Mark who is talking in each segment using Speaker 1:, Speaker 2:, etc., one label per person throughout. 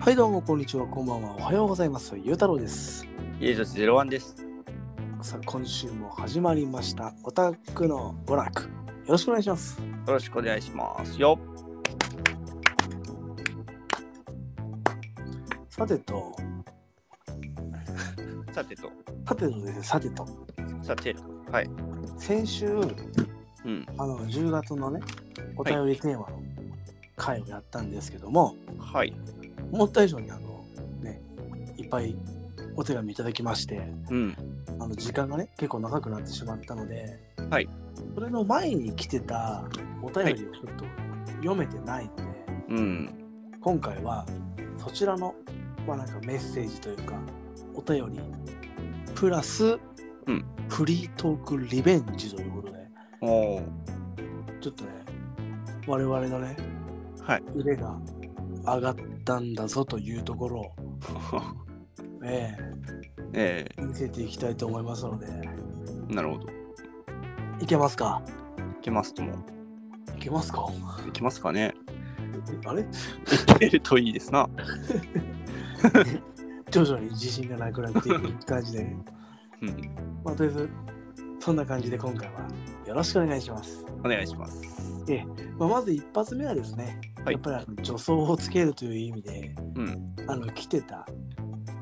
Speaker 1: はいどうもこんにちはこんばんはおはようございますゆうたろうです
Speaker 2: イエジョスゼロワンです。
Speaker 1: さあ今週も始まりましたオタクの娯楽よろしくお願いします
Speaker 2: よろしくお願いしますよ。
Speaker 1: さてと
Speaker 2: さてと、
Speaker 1: さてとですねさてと
Speaker 2: さてと、はい。
Speaker 1: 先週
Speaker 2: うん。
Speaker 1: あの10月のねお便りテーマの回をやったんですけども、
Speaker 2: はい。
Speaker 1: 思った以上にあのねいっぱいお手紙いただきまして
Speaker 2: うん。
Speaker 1: あの時間がね結構長くなってしまったので、
Speaker 2: はい、
Speaker 1: それの前に来てたお便りをちょっと読めてないので、
Speaker 2: うん。
Speaker 1: 今回はそちらの、まあ、なんかメッセージというかお便りプラス、
Speaker 2: うん
Speaker 1: フリートークリベンジということで
Speaker 2: おー
Speaker 1: ちょっとね我々のね、
Speaker 2: はい
Speaker 1: 腕が上がったんだぞというところを、え
Speaker 2: え
Speaker 1: え見せていきたいと思いますので
Speaker 2: ー、なるほど。
Speaker 1: いけますか
Speaker 2: いけますとも。
Speaker 1: いけますか
Speaker 2: いけますかね。
Speaker 1: あれ
Speaker 2: いけるといいですな。
Speaker 1: 徐々に自信がなくなっていく感じで ね、
Speaker 2: うん。
Speaker 1: まあ、とりあえずそんな感じで今回はよろしくお願いします
Speaker 2: お願いします。
Speaker 1: まあ、まず一発目はですね、
Speaker 2: はい
Speaker 1: やっぱりあの助走をつけるという意味で、
Speaker 2: うん。
Speaker 1: あの来てた、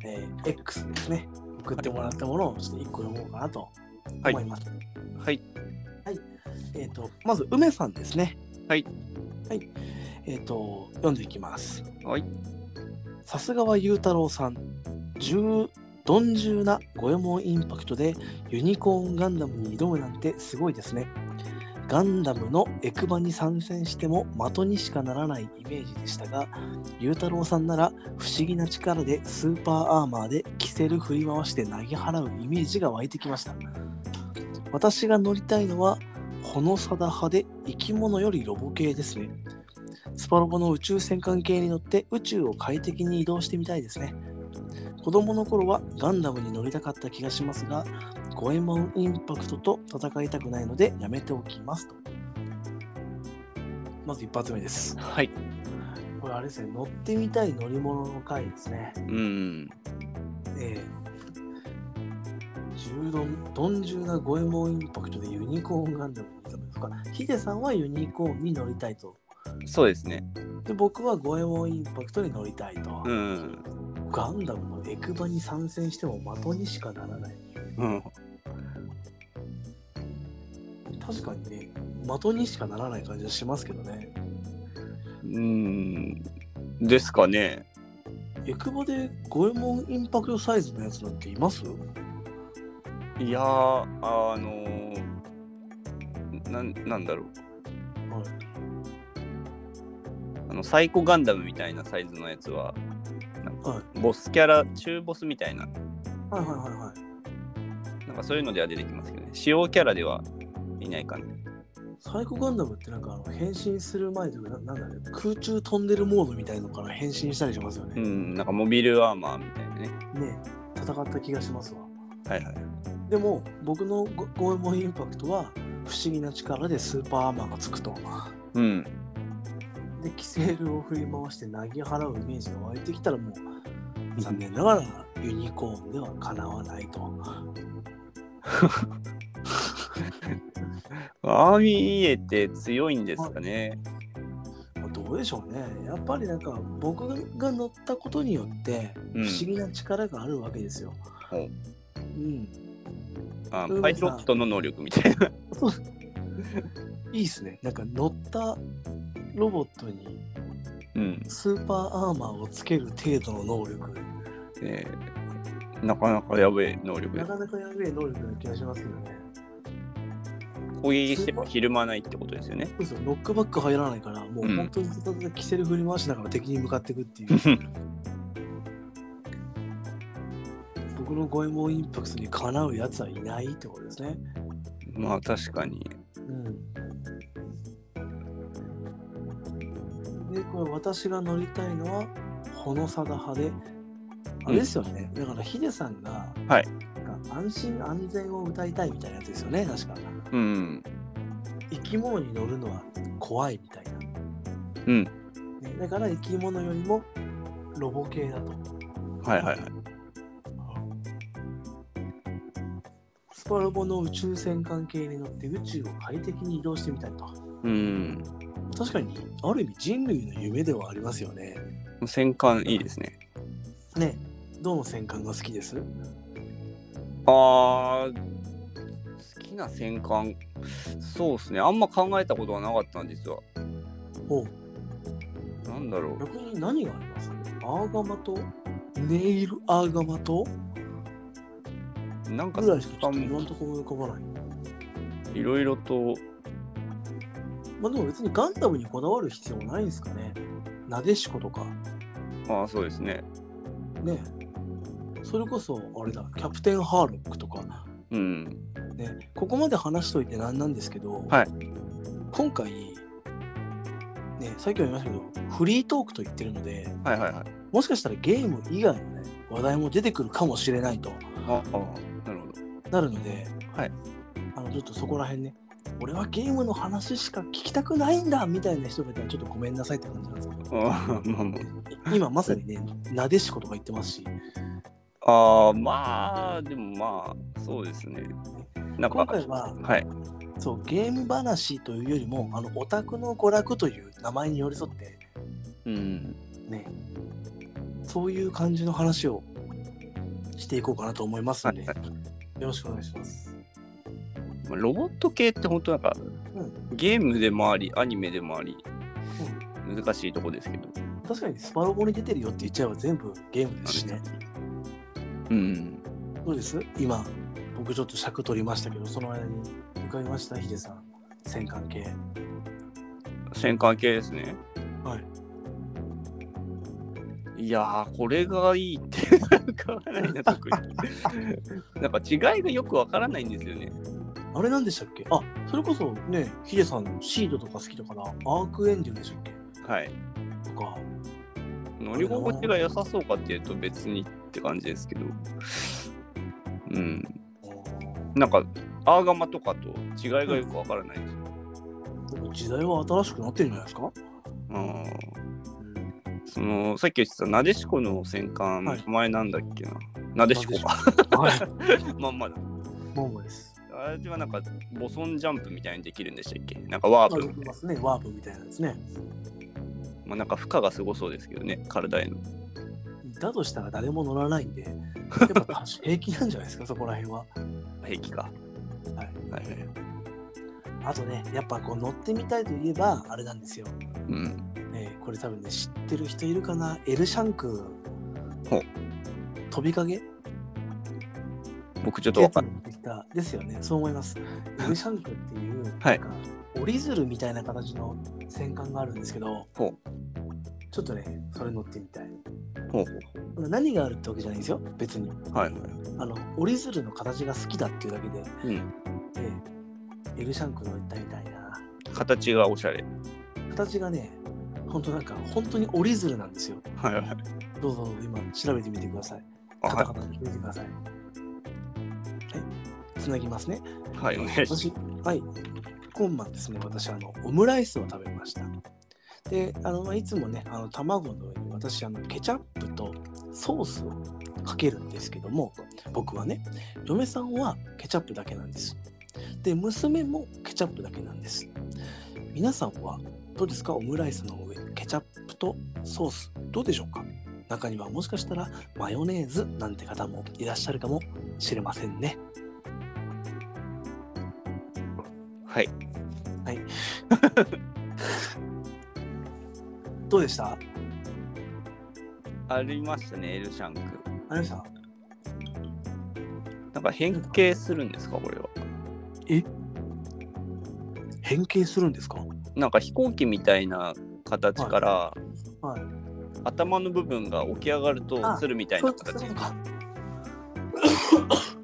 Speaker 1: えー X ですね、送ってもらったものをちょっと1個読もうかなと
Speaker 2: はい
Speaker 1: 思い。ます。
Speaker 2: はい。
Speaker 1: えっ、と、まず梅さんですね。
Speaker 2: はい。
Speaker 1: はい。えっ、と、読んでいきます。
Speaker 2: はい。
Speaker 1: さすがはゆうたろうさん。重どん重な五右衛門インパクトでユニコーンガンダムに挑むなんてすごいですね。ガンダムのエクバに参戦しても的にしかならないイメージでしたが、ゆうたろうさんなら不思議な力でスーパーアーマーでキセル振り回して投げ払うイメージが湧いてきました。私が乗りたいのはこの定派で生き物よりロボ系ですね。スパロボの宇宙戦艦系に乗って宇宙を快適に移動してみたいですね。子供の頃はガンダムに乗りたかった気がしますが、五右衛門インパクトと戦いたくないのでやめておきますと。まず一発目です。
Speaker 2: はい。
Speaker 1: これあれですね、乗ってみたい乗り物の回ですね。
Speaker 2: うん。
Speaker 1: ええ重どん、どん重な五右衛門インパクトでユニコーンガンダムに挑むとか、ヒデさんはユニコーンに乗りたいと。
Speaker 2: そうですね。
Speaker 1: で、僕は五右衛門インパクトに乗りたいと。
Speaker 2: うん。
Speaker 1: ガンダムのエクバに参戦しても的にしかならない。
Speaker 2: うん。
Speaker 1: 確かにね、的にしかならない感じはしますけどね。
Speaker 2: うん。ですかね。
Speaker 1: エクバで五右衛門インパクトサイズのやつなんています
Speaker 2: いやー、あのー、なん、なんだろう。
Speaker 1: はい
Speaker 2: あの、サイコガンダムみたいなサイズのやつは、なん
Speaker 1: は
Speaker 2: か、ボスキャラ、中ボスみたいな
Speaker 1: はいはいはいはい。
Speaker 2: なんかそういうのでは出てきますけどね。主要キャラではいないかな。
Speaker 1: サイコガンダムってなんかあの変身する前とかななんだね空中飛んでるモードみたいのから変身したりしますよ
Speaker 2: う
Speaker 1: ね。
Speaker 2: ん、なんかモビルアーマーみたいなね。
Speaker 1: ねえ戦った気がしますわ。
Speaker 2: はいはい。
Speaker 1: でも僕のゴゴエモンインパクトは不思議な力でスーパーアーマーがつくと。
Speaker 2: うん。
Speaker 1: でキセルを振り回して投げ払うイメージが湧いてきたらもう残念ながらユニコーンではかなわないと。
Speaker 2: アーミーエって強いんですかね。
Speaker 1: まあどうでしょうね。やっぱりなんか僕が乗ったことによって不
Speaker 2: うん
Speaker 1: 思議な力があるわけですよ。
Speaker 2: ほう
Speaker 1: うん。
Speaker 2: あ
Speaker 1: うん
Speaker 2: パイロットの能力みたいな。
Speaker 1: いいっすね。なんか乗ったロボットに
Speaker 2: うん。ね
Speaker 1: スーパーアーマーをつける程度の能力。
Speaker 2: えなかなかやべえ能力で
Speaker 1: なかなかやべえ能力な気がしますけどね。
Speaker 2: 攻撃してもひるまないってことですよね。
Speaker 1: そうですよ、ノックバック入らないから、もう
Speaker 2: うん
Speaker 1: 本当にただただキセル振り回しながら敵に向かっていくっていう。僕のゴエモンインパクトにかなうやつはいないってことですね。
Speaker 2: まあ確かに。
Speaker 1: うん。で、これ私が乗りたいのは、ほのさだ派で、あれですよね、だからヒデさんが、
Speaker 2: はい
Speaker 1: なんか安心安全を歌いたいみたいなやつですよね、確か。
Speaker 2: うん。
Speaker 1: 生き物に乗るのは怖いみたいな。
Speaker 2: うん
Speaker 1: ね、だから生き物よりもロボ系だと。
Speaker 2: はいはいはい。
Speaker 1: スパロボの宇宙船関係に乗って宇宙を快適に移動してみたいと。
Speaker 2: うん。
Speaker 1: 確かに、ある意味人類の夢ではありますよね。
Speaker 2: 戦艦いいですね。
Speaker 1: ねどの戦艦が好きです
Speaker 2: あー、好きな戦艦、そうですね。あんま考えたことはなかったんです実は。
Speaker 1: おう
Speaker 2: なんだろう。
Speaker 1: 逆に何がありますアーガマとネイルアーガマと
Speaker 2: なんか
Speaker 1: ぐらいしかちょっと
Speaker 2: 戦艦
Speaker 1: 今んとこ思い浮かばない。
Speaker 2: いろいろと、
Speaker 1: まあでも別にガンダムにこだわる必要ないんですかね。なでしことか。
Speaker 2: ああ、そうですね。
Speaker 1: ねそれこそあれだ、キャプテンハーロックとか。
Speaker 2: うん。
Speaker 1: ね、ここまで話しといてなんなんですけど、
Speaker 2: はい
Speaker 1: 今回、ね、さっきも言いましたけど、フリートークと言ってるので、
Speaker 2: はいはいはい。
Speaker 1: もしかしたらゲーム以外の、ね、話題も出てくるかもしれないと
Speaker 2: ああ、なるほど。
Speaker 1: なるので、
Speaker 2: はい
Speaker 1: あのちょっとそこら辺ね、俺はゲームの話しか聞きたくないんだみたいな人がいたらちょっとごめんなさいって感じなんですけ ど、
Speaker 2: あーまあま
Speaker 1: 今まさにね、なでしことか言ってますし、
Speaker 2: あ、あーまあ、でもまあ、そうですね。なんか、
Speaker 1: 今回は
Speaker 2: はい。
Speaker 1: そうゲーム話というよりも、あのオタクの娯楽という名前に寄り添って、
Speaker 2: うん。
Speaker 1: ね、そういう感じの話をしていこうかなと思いますので、
Speaker 2: はい
Speaker 1: よろしくお願いします。
Speaker 2: まあロボット系って本当なんか、
Speaker 1: う
Speaker 2: ゲームでもあり、アニメでもあり、難しいとこですけど。
Speaker 1: 確かにスパロボに出てるよって言っちゃえば全部ゲームですしね。
Speaker 2: うん。
Speaker 1: どうです今、僕ちょっと尺取りましたけど、その間に伺いました、ヒデさん。戦艦系。
Speaker 2: 戦艦系ですね。
Speaker 1: はい。
Speaker 2: いやー、これがいいって、なんかわからないな、特に。 なんか違いがよくわからないんですよね。
Speaker 1: あれなんでしたっけあ、それこそね、ヒデさん、シードとか好きだから、アークエンデューでしたっけ
Speaker 2: はい。
Speaker 1: とか、
Speaker 2: 乗り心地が良さそうかっていうと別にって感じですけど。うん。なんか、アーガマとかと違いがよくわからないです。
Speaker 1: でも時代は新しくなってるんじゃないですか
Speaker 2: うん。その、さっき言ってた、なでしこの戦艦、
Speaker 1: はい
Speaker 2: 名前なんだっけな。なでしこか。
Speaker 1: はい、
Speaker 2: まんまだ。
Speaker 1: モンゴ です。
Speaker 2: あれはなんか、ボソンジャンプみたいにできるんでしたっけなんかワー
Speaker 1: あ
Speaker 2: プ
Speaker 1: できますね、ワープみたいなですね。
Speaker 2: まあ、なんか負荷がすごそうですけどね、体への。
Speaker 1: だとしたら誰も乗らないんで、やっぱ平気なんじゃないです か、そこら辺は。
Speaker 2: 平気か。
Speaker 1: はい
Speaker 2: はいはい。
Speaker 1: あとね、やっぱこう乗ってみたいといえば、あれなんですよ。
Speaker 2: うん。
Speaker 1: ね、これ多分ね、知ってる人いるかなエルシャンク。
Speaker 2: ほう
Speaker 1: 飛びかけ
Speaker 2: 僕ちょっとわかん
Speaker 1: ってやつに出てきたですよね、そう思います。エルシャンクっていう、
Speaker 2: はい
Speaker 1: なんか折り鶴みたいな形の戦艦があるんですけど、
Speaker 2: ほう
Speaker 1: ちょっとね、それ乗ってみたい。
Speaker 2: ほう
Speaker 1: 何があるってわけじゃないんですよ、別に。
Speaker 2: ほう。はいはい。
Speaker 1: あの折り鶴の形が好きだっていうだけで、
Speaker 2: うん。
Speaker 1: ええエルシャンクの行ったみたいな
Speaker 2: 形がおしゃれ。
Speaker 1: 形がね本当なんか本当に折り鶴なんですよ
Speaker 2: はいはい。
Speaker 1: どうぞどうぞ今調べてみてください
Speaker 2: あ
Speaker 1: カタ
Speaker 2: は
Speaker 1: カタで見てくださいはいつなぎますね
Speaker 2: いはい、お願いします。
Speaker 1: 私はい今晩ですね私あのオムライスを食べましたであの、まあ、いつもねあの卵の上に私あのケチャップとソースをかけるんですけども僕はね嫁さんはケチャップだけなんですで娘もケチャップだけなんです皆さんはどうですかオムライスの上ケチャップとソースどうでしょうか中にはもしかしたらマヨネーズなんて方もいらっしゃるかもしれませんね
Speaker 2: はい。
Speaker 1: どうでした
Speaker 2: ありましたね、エルシャンク。
Speaker 1: ありました
Speaker 2: なんか変形するんですか、これは。
Speaker 1: 変形するんですか
Speaker 2: なんか飛行機みたいな形から、
Speaker 1: はい。
Speaker 2: 頭の部分が起き上がると
Speaker 1: あ
Speaker 2: 鶴みたい
Speaker 1: そうい
Speaker 2: な
Speaker 1: うこと
Speaker 2: 形
Speaker 1: そういうことか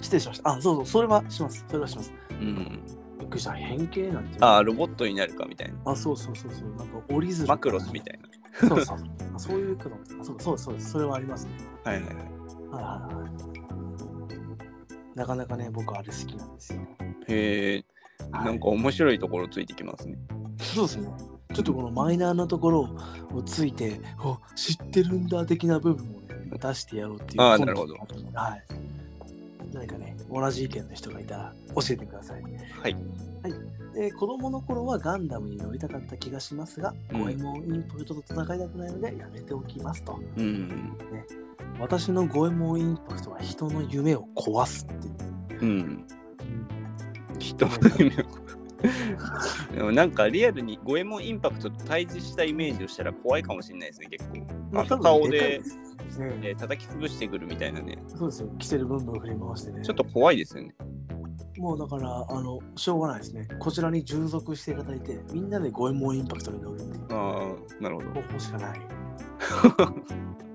Speaker 1: 失礼しました。あ、そうそう、それはします。それはします。
Speaker 2: うん、
Speaker 1: びっくりした。変形なんて。
Speaker 2: ああロボットになるかみたいな
Speaker 1: あ、そうそうそうそう。なんか折り鶴。
Speaker 2: マクロスみたい
Speaker 1: いな。そうそう。あそういうこと。あそうそうそうです。それはありますね。
Speaker 2: なはいはいはい
Speaker 1: はいはいはい。なかなかね、僕あれ好きなんですよ。
Speaker 2: へえ
Speaker 1: はい
Speaker 2: なんか面白いところついてきますね
Speaker 1: そうですね。ちょっとこのマイナーなところをついて、お知ってるんだ的な部分を、ね、出してやろうっていう。
Speaker 2: あーなるほど。
Speaker 1: はい。何かね、同じ意見の人がいたら教えてください。はいはい、で子供の頃はガンダムに乗りたかった気がしますが、
Speaker 2: うん
Speaker 1: ゴエモンインパクトと戦いたくないのでやめておきますと。
Speaker 2: うん。
Speaker 1: 私のゴエモンインパクトは人の夢を壊すっていう。
Speaker 2: うん。人の夢を。でもなんかリアルに五右衛門インパクトと対峙したイメージをしたら怖いかもしれないですね、結構。
Speaker 1: まあ
Speaker 2: あ
Speaker 1: 多分
Speaker 2: 顔で
Speaker 1: かいすうん
Speaker 2: えー叩き潰してくるみたいなね。
Speaker 1: そうですよ。キセルブンブン振り回してね。
Speaker 2: ちょっと怖いですよね。
Speaker 1: もうだから、あの、しょうがないですね。こちらに従属していただいて、みんなで五右衛門インパクトに乗るっていう
Speaker 2: ああ、なるほど。
Speaker 1: 方法しかない。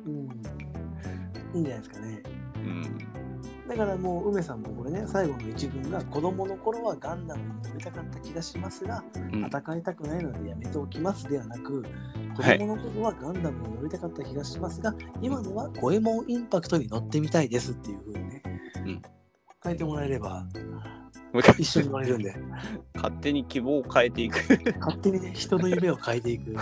Speaker 1: うん。いいんじゃないですかね。
Speaker 2: うん。
Speaker 1: だからもう、梅さんもこれね、最後の一文が、子供の頃はガンダムに乗りたかった気がしますが、
Speaker 2: うん
Speaker 1: 戦いたくないのでやめておきますではなく、子
Speaker 2: はい
Speaker 1: 供の頃はガンダムに乗りたかった気がしますが、今のは五右衛門インパクトに乗ってみたいですっていう風にね、
Speaker 2: うん
Speaker 1: 変えてもらえれば、
Speaker 2: もう一回
Speaker 1: 一緒に乗れるんで。
Speaker 2: 勝手に希望を変えていく。
Speaker 1: 勝手にね人の夢を変えてい く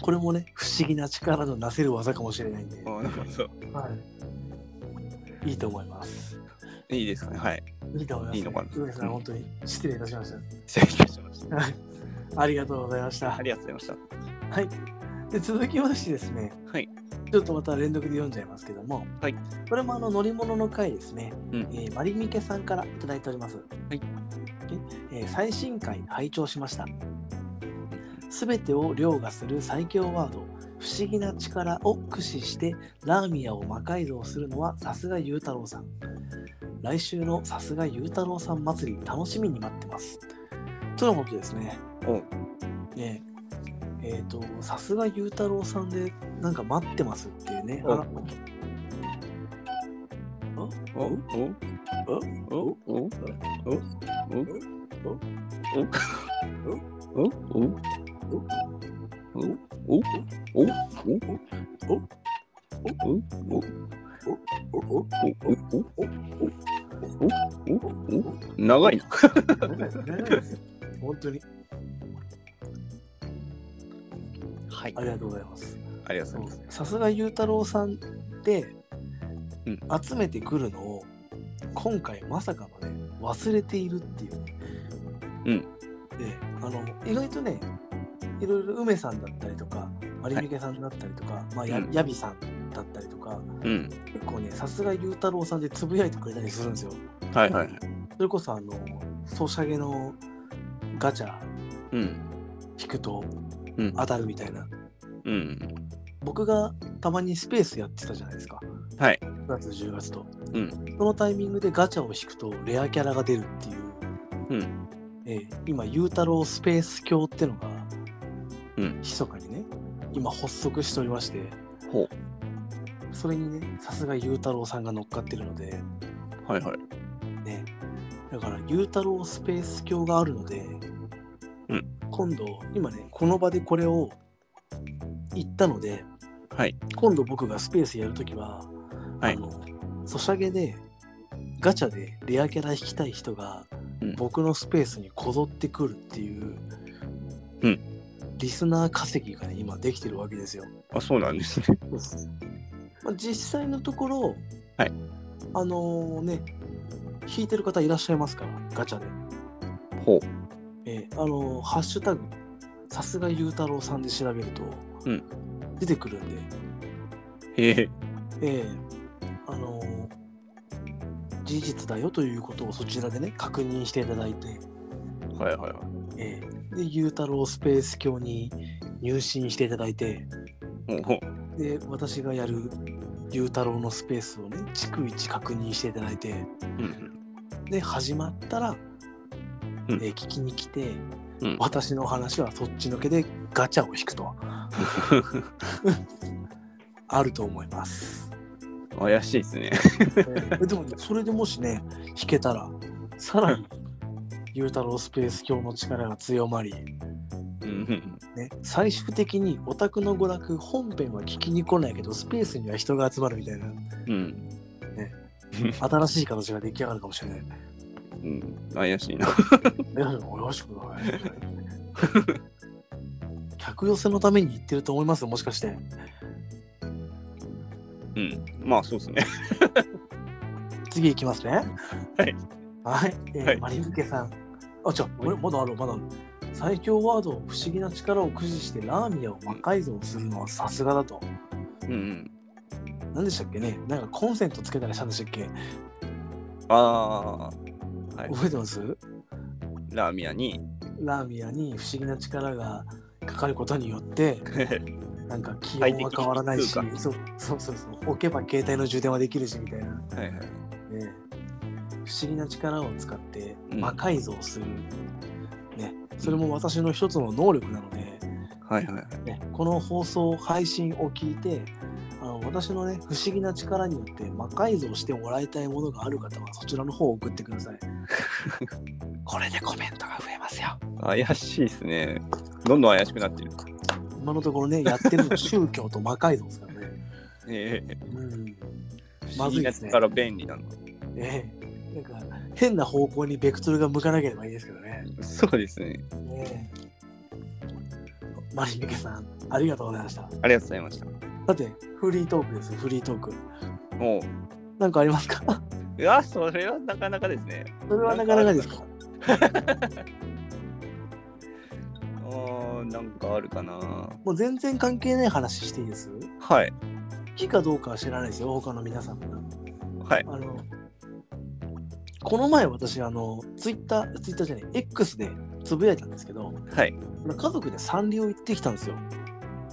Speaker 1: これもね不思議な力のなせる技かもしれないんで、
Speaker 2: ああ、なるほど。
Speaker 1: い、いと思います
Speaker 2: いいですかね。はい。
Speaker 1: いいと思います、
Speaker 2: いいのかな
Speaker 1: 上さん
Speaker 2: うん
Speaker 1: 本当に失礼いたしまし
Speaker 2: 失礼いたしました。
Speaker 1: たはいありがとうございました
Speaker 2: ありがとうございまし
Speaker 1: はいで続きましてですね
Speaker 2: た。はい。
Speaker 1: ちょっとまた連続で読んじゃいますけども、
Speaker 2: はい
Speaker 1: これもあの乗り物の回ですね、
Speaker 2: うん
Speaker 1: えーマリミケさんからいただいております、
Speaker 2: い
Speaker 1: でえー最新回拝聴しましたすべてを凌駕する最強ワード不思議な力を駆使してラーミアを魔改造するのはさすがゆうたろうさん来週のさすがゆうたろうさん祭り楽しみに待ってますとのことですね
Speaker 2: お
Speaker 1: ねえっ、とさすがゆうたろうさんでなんか待ってますっていうね
Speaker 2: お
Speaker 1: あ
Speaker 2: おおおおおおおおおおお
Speaker 1: おお
Speaker 2: 長いな。
Speaker 1: 長い長いですよ本当に
Speaker 2: はい
Speaker 1: あ。りがとうございます
Speaker 2: ありがとうございます。
Speaker 1: さすがゆうたろうさんって、
Speaker 2: うん
Speaker 1: 集めてくるのを今回まさかのね忘れているっていうね
Speaker 2: うん
Speaker 1: であの意外とねいろいろ梅さんだったりとかマリミケさんだったりとか、まあや
Speaker 2: うん
Speaker 1: ヤビさんだったりとか
Speaker 2: うん。
Speaker 1: 結構ねさすがゆうたろうさんでつぶやいてくれたりするんですよ
Speaker 2: はいはいはい。
Speaker 1: それこそあのソシャゲのガチャ
Speaker 2: うん。
Speaker 1: 引くと
Speaker 2: うん
Speaker 1: 当たるみたいな、
Speaker 2: うん。
Speaker 1: 僕がたまにスペースやってたじゃないですか
Speaker 2: はい
Speaker 1: 9月10月と、
Speaker 2: うん
Speaker 1: そのタイミングでガチャを引くとレアキャラが出るっていう、
Speaker 2: うん
Speaker 1: ええ今ゆうたろうスペース卿ってのが、
Speaker 2: うん
Speaker 1: 密かにね今発足しておりまして
Speaker 2: ほう
Speaker 1: それにねさすがゆうたろうさんが乗っかってるので
Speaker 2: はいはい。
Speaker 1: ねだからゆうたろうスペース卿があるので、
Speaker 2: うん
Speaker 1: 今度今ねこの場でこれを言ったので、
Speaker 2: はい。
Speaker 1: 今度僕がスペースやるときは、
Speaker 2: は
Speaker 1: あ
Speaker 2: い
Speaker 1: のソシャゲでガチャでレアキャラ引きたい人が、
Speaker 2: うん
Speaker 1: 僕のスペースにこぞってくるっていう、
Speaker 2: うん
Speaker 1: リスナー稼ぎがね今できてるわけですよ。
Speaker 2: あ、そうなんですね。
Speaker 1: まあ、実際のところ、
Speaker 2: はい
Speaker 1: あのね引いてる方いらっしゃいますからガチャで、
Speaker 2: ほ
Speaker 1: えーあのハッシュタグさすがゆうたろうさん」で調べると、
Speaker 2: うん
Speaker 1: 出てくるんで。
Speaker 2: う。へえ。
Speaker 1: ええあの事実だよということをそちらでね確認していただいて、
Speaker 2: はいはいはい。
Speaker 1: ええでゆうたろうスペース卿に入信していただいて
Speaker 2: ほうほう。
Speaker 1: で私がやるゆうたろうのスペースをね逐一確認していただいて
Speaker 2: うん。
Speaker 1: で始まったら、
Speaker 2: うん
Speaker 1: ええ聞きに来て、
Speaker 2: うん
Speaker 1: 私の話はそっちのけでガチャを引く と あると思います。
Speaker 2: 怪しいですね。
Speaker 1: えでもねそれでもしね弾けたらさらにゆうたろうスペース卿の力が強まり、
Speaker 2: うん。
Speaker 1: ね、最終的にオタクの娯楽本編は聞きに来ないけどスペースには人が集まるみたいな
Speaker 2: うん。
Speaker 1: 新しい形が出来上がるかもしれない。
Speaker 2: うん。怪しいな。
Speaker 1: いやよろしくない。客寄せのために言ってると思いますよもしかして。
Speaker 2: うん。まあそうですね。
Speaker 1: 次いきますね。
Speaker 2: はい。
Speaker 1: はい。えー
Speaker 2: はい
Speaker 1: マリンケさん。あ、ちょ、俺まだある、まだある。最強ワードを不思議な力を駆使してラーミアを魔改造するのはさすがだと。
Speaker 2: うんうん。
Speaker 1: 何でしたっけねなんかコンセントつけたりしたんでしたっけ
Speaker 2: ああ、はい。
Speaker 1: 覚えてます
Speaker 2: ラーミアに。
Speaker 1: ラーミアに不思議な力がかかることによって、なんか気温は変わらないし
Speaker 2: 快適、
Speaker 1: そうそうそうそう、置けば携帯の充電はできるしみたいな、ね、
Speaker 2: はいはい。
Speaker 1: 不思議な力を使って
Speaker 2: うん
Speaker 1: 魔改造する、ね、それも私の一つの能力なので、
Speaker 2: はいはい。
Speaker 1: ね、この放送配信を聞いてあの私のね不思議な力によって魔改造してもらいたいものがある方はそちらの方を送ってくだ さいこれでコメントが増えますよ
Speaker 2: 怪しいですね。どんどん怪しくなってる。
Speaker 1: 今のところねやってるの宗教と魔改造ですからね
Speaker 2: ええ
Speaker 1: うんま
Speaker 2: ま
Speaker 1: ず
Speaker 2: ず
Speaker 1: い
Speaker 2: い
Speaker 1: で
Speaker 2: です
Speaker 1: ね
Speaker 2: から便利なの。
Speaker 1: ええなんか変な方向にベクトルが向かなければいいですけどね
Speaker 2: そうですね。
Speaker 1: ねえマリミケさんありがとうございました
Speaker 2: ありがとうございました。
Speaker 1: だってフリートークですフリートーク
Speaker 2: も
Speaker 1: なんかありますか
Speaker 2: う、いや、それはなかなかですね。
Speaker 1: それはなかなかですか
Speaker 2: あーなんかあるかな。
Speaker 1: もう全然関係ない話していいです
Speaker 2: はい。
Speaker 1: 好きかどうかは知らないですよ、他の皆さんが。
Speaker 2: はい。
Speaker 1: あの、この前私、あの、ツイッター、ツイッターじゃない、X でつぶやいたんですけど、
Speaker 2: はい。
Speaker 1: あの家族でサンリオ行ってきたんですよ。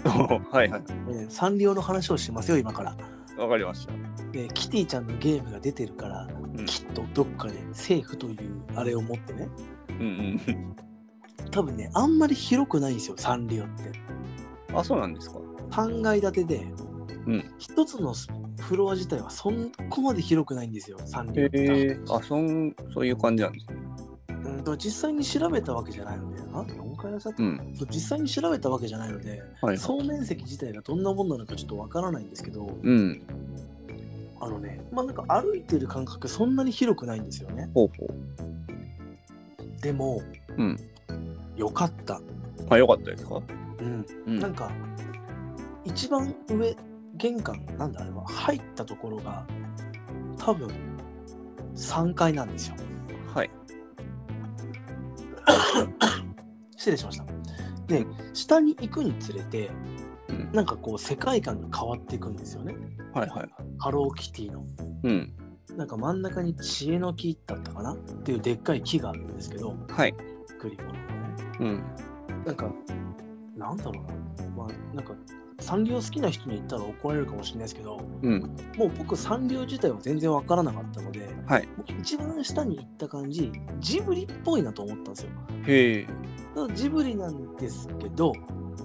Speaker 2: はいはい。
Speaker 1: えーサンリオの話をしますよ、今から。
Speaker 2: わかりました。
Speaker 1: で、キティちゃんのゲームが出てるから、
Speaker 2: うん
Speaker 1: きっとどっかでセーフというあれを持ってね、
Speaker 2: うん
Speaker 1: 多分ね、あんまり広くないんですよ、サンリオって。
Speaker 2: うん。あ、そうなんですか。
Speaker 1: 3階建てで、
Speaker 2: ん
Speaker 1: 一つのフロア自体はそんこまで広くないんですよ、サンリオって。
Speaker 2: あ、そん、そういう感じなんですね。
Speaker 1: うんと実際に調べたわけじゃないので、あ4階建てだったか
Speaker 2: うん。
Speaker 1: なそう実際に調べたわけじゃないので、
Speaker 2: はい、はい。
Speaker 1: 総面積自体がどんなものなのかちょっとわからないんですけど、
Speaker 2: うん。
Speaker 1: あのね、まあなんか歩いてる感覚そんなに広くないんですよね。
Speaker 2: ほうほ
Speaker 1: でも、
Speaker 2: うん
Speaker 1: よかった。
Speaker 2: う。あ、よかったですか。
Speaker 1: うん、
Speaker 2: うん
Speaker 1: なんか、一番上、玄関、なんだあれは、入ったところが、多分3階なんですよ。
Speaker 2: はい。
Speaker 1: 失礼しました。で、下に行くにつれて、
Speaker 2: うん
Speaker 1: なんかこう世界観が変わっていくんですよね。
Speaker 2: はいはい。
Speaker 1: ハローキティの。
Speaker 2: うん。
Speaker 1: なんか真ん中に知恵の木だったかなっていうでっかい木があるんですけど、
Speaker 2: はい。
Speaker 1: 作り物のね。
Speaker 2: うん。
Speaker 1: なんか、なんだろうな。まあ、なんか、サンリオ好きな人に言ったら怒られるかもしれないですけど、
Speaker 2: うん。
Speaker 1: もう僕、サンリオ自体は全然わからなかったので、
Speaker 2: はい
Speaker 1: もう一番下に行った感じ、ジブリっぽいなと思ったんですよ。
Speaker 2: へえ。
Speaker 1: ただジブリなんですけど、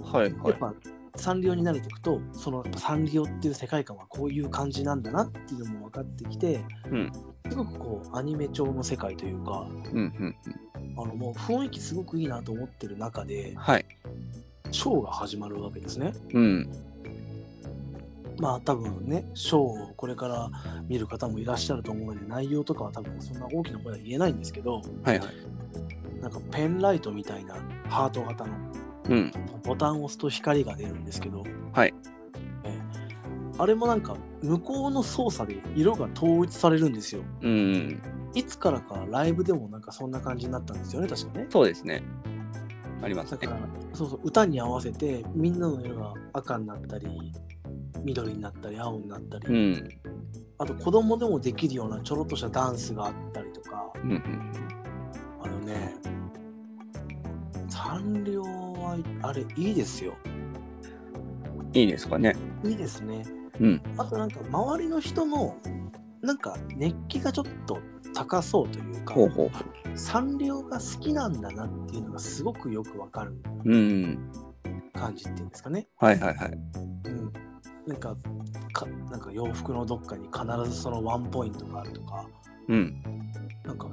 Speaker 2: はいは
Speaker 1: やっ
Speaker 2: い。
Speaker 1: ぱサンリオに慣れていくとそのやっぱサンリオっていう世界観はこういう感じなんだなっていうのも分かってきて、
Speaker 2: うん
Speaker 1: すごくこうアニメ調の世界というか
Speaker 2: うんうん。
Speaker 1: あのもう雰囲気すごくいいなと思ってる中で
Speaker 2: はい。
Speaker 1: ショーが始まるわけですね。
Speaker 2: うん。
Speaker 1: まあ多分ねショーをこれから見る方もいらっしゃると思うので内容とかは多分そんな大きな声は言えないんですけど
Speaker 2: はいはい。
Speaker 1: なんかペンライトみたいなハート型の
Speaker 2: うん。
Speaker 1: ボタンを押すと光が出るんですけど、
Speaker 2: はい
Speaker 1: えーあれもなんか向こうの操作で色が統一されるんですよ
Speaker 2: うん。
Speaker 1: いつからかライブでもなんかそんな感じになったんですよね確かね
Speaker 2: そうですね。あります
Speaker 1: だ
Speaker 2: ね
Speaker 1: か。らそうそう歌に合わせてみんなの色が赤になったり緑になったり青になったり、
Speaker 2: うん。
Speaker 1: あと子供でもできるようなちょろっとしたダンスがあったりとか
Speaker 2: うんうん。
Speaker 1: あのねサンリオはあれいいですよ
Speaker 2: いいですかね。
Speaker 1: いいですね。
Speaker 2: うん
Speaker 1: あとなんか周りの人のなんか熱気がちょっと高そうというか、
Speaker 2: ほうほうほ
Speaker 1: サンリオが好きなんだなっていうのがすごくよくわかる
Speaker 2: う。うん。
Speaker 1: 感じっていうんですかね。
Speaker 2: はいはいはい。
Speaker 1: うん、なんかかなんか洋服のどっかに必ずそのワンポイントがあるとか、
Speaker 2: うん。
Speaker 1: なんか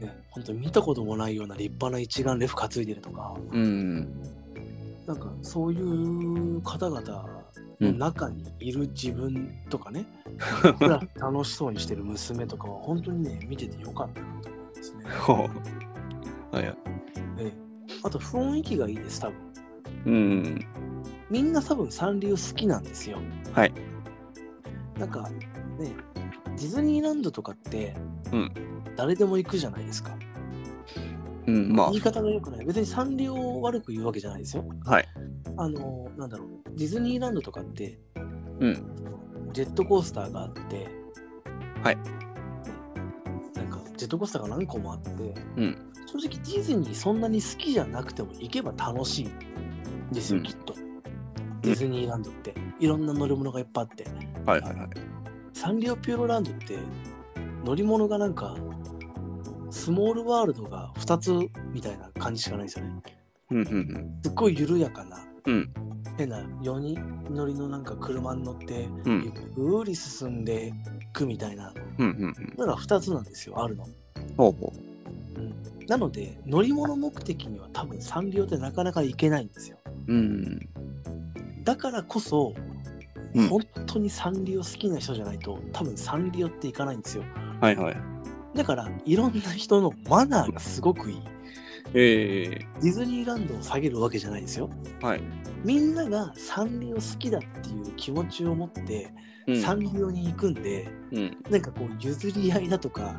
Speaker 1: ね、本当に見たこともないような立派な一眼レフ担いでるとか、
Speaker 2: うん。
Speaker 1: なんかそういう方々の中にいる自分とか ね、ふらふら楽しそうにしてる娘とかは本当にね見ててよかったなと思いますね。
Speaker 2: ほう。はいはい。
Speaker 1: ええあと不音域がいいです多分
Speaker 2: うん。
Speaker 1: みんな多分三流好きなんですよ
Speaker 2: はい
Speaker 1: なんかねディズニーランドとかって、
Speaker 2: うん
Speaker 1: 誰でも行くじゃないですか
Speaker 2: うん、ま
Speaker 1: 言い方が良くない別に三流を悪く言うわけじゃないですよ
Speaker 2: あ、はい。
Speaker 1: あのなんだろうディズニーランドとかって、
Speaker 2: うん
Speaker 1: ジェットコースターがあって
Speaker 2: はい
Speaker 1: なんかジェットコースターが何個もあって、
Speaker 2: ん
Speaker 1: 正直ディズニーそんなに好きじゃなくても行けば楽しいんですよ、
Speaker 2: うん
Speaker 1: きっとディズニーランドっていろんな乗り物がいっぱいあって
Speaker 2: はいはいはい。
Speaker 1: サンリオピューロランドって乗り物がなんかスモールワールドが2つみたいな感じしかないんですよね
Speaker 2: うんうん
Speaker 1: すっごい緩やかな、
Speaker 2: うん
Speaker 1: 変な4人乗りのなんか車に乗って
Speaker 2: うん。う
Speaker 1: ゆっ
Speaker 2: ん
Speaker 1: くり進んでいくみたいな
Speaker 2: うんうんうん。
Speaker 1: のが2つなんですよあるの。
Speaker 2: ほうほ
Speaker 1: なので乗り物目的には多分サンリオってなかなか行けないんですよ。
Speaker 2: う。うん。
Speaker 1: だからこそ、
Speaker 2: うん
Speaker 1: 本当にサンリオ好きな人じゃないと多分サンリオって行かないんですよ。
Speaker 2: はいはい。
Speaker 1: だからいろんな人のマナーがすごくいい。
Speaker 2: ええ
Speaker 1: ディズニーランドを下げるわけじゃないんですよ。
Speaker 2: はい。
Speaker 1: みんながサンリオ好きだっていう気持ちを持って
Speaker 2: うん
Speaker 1: サンリオに行くんで、
Speaker 2: うん。
Speaker 1: なんかこう譲り合いだとか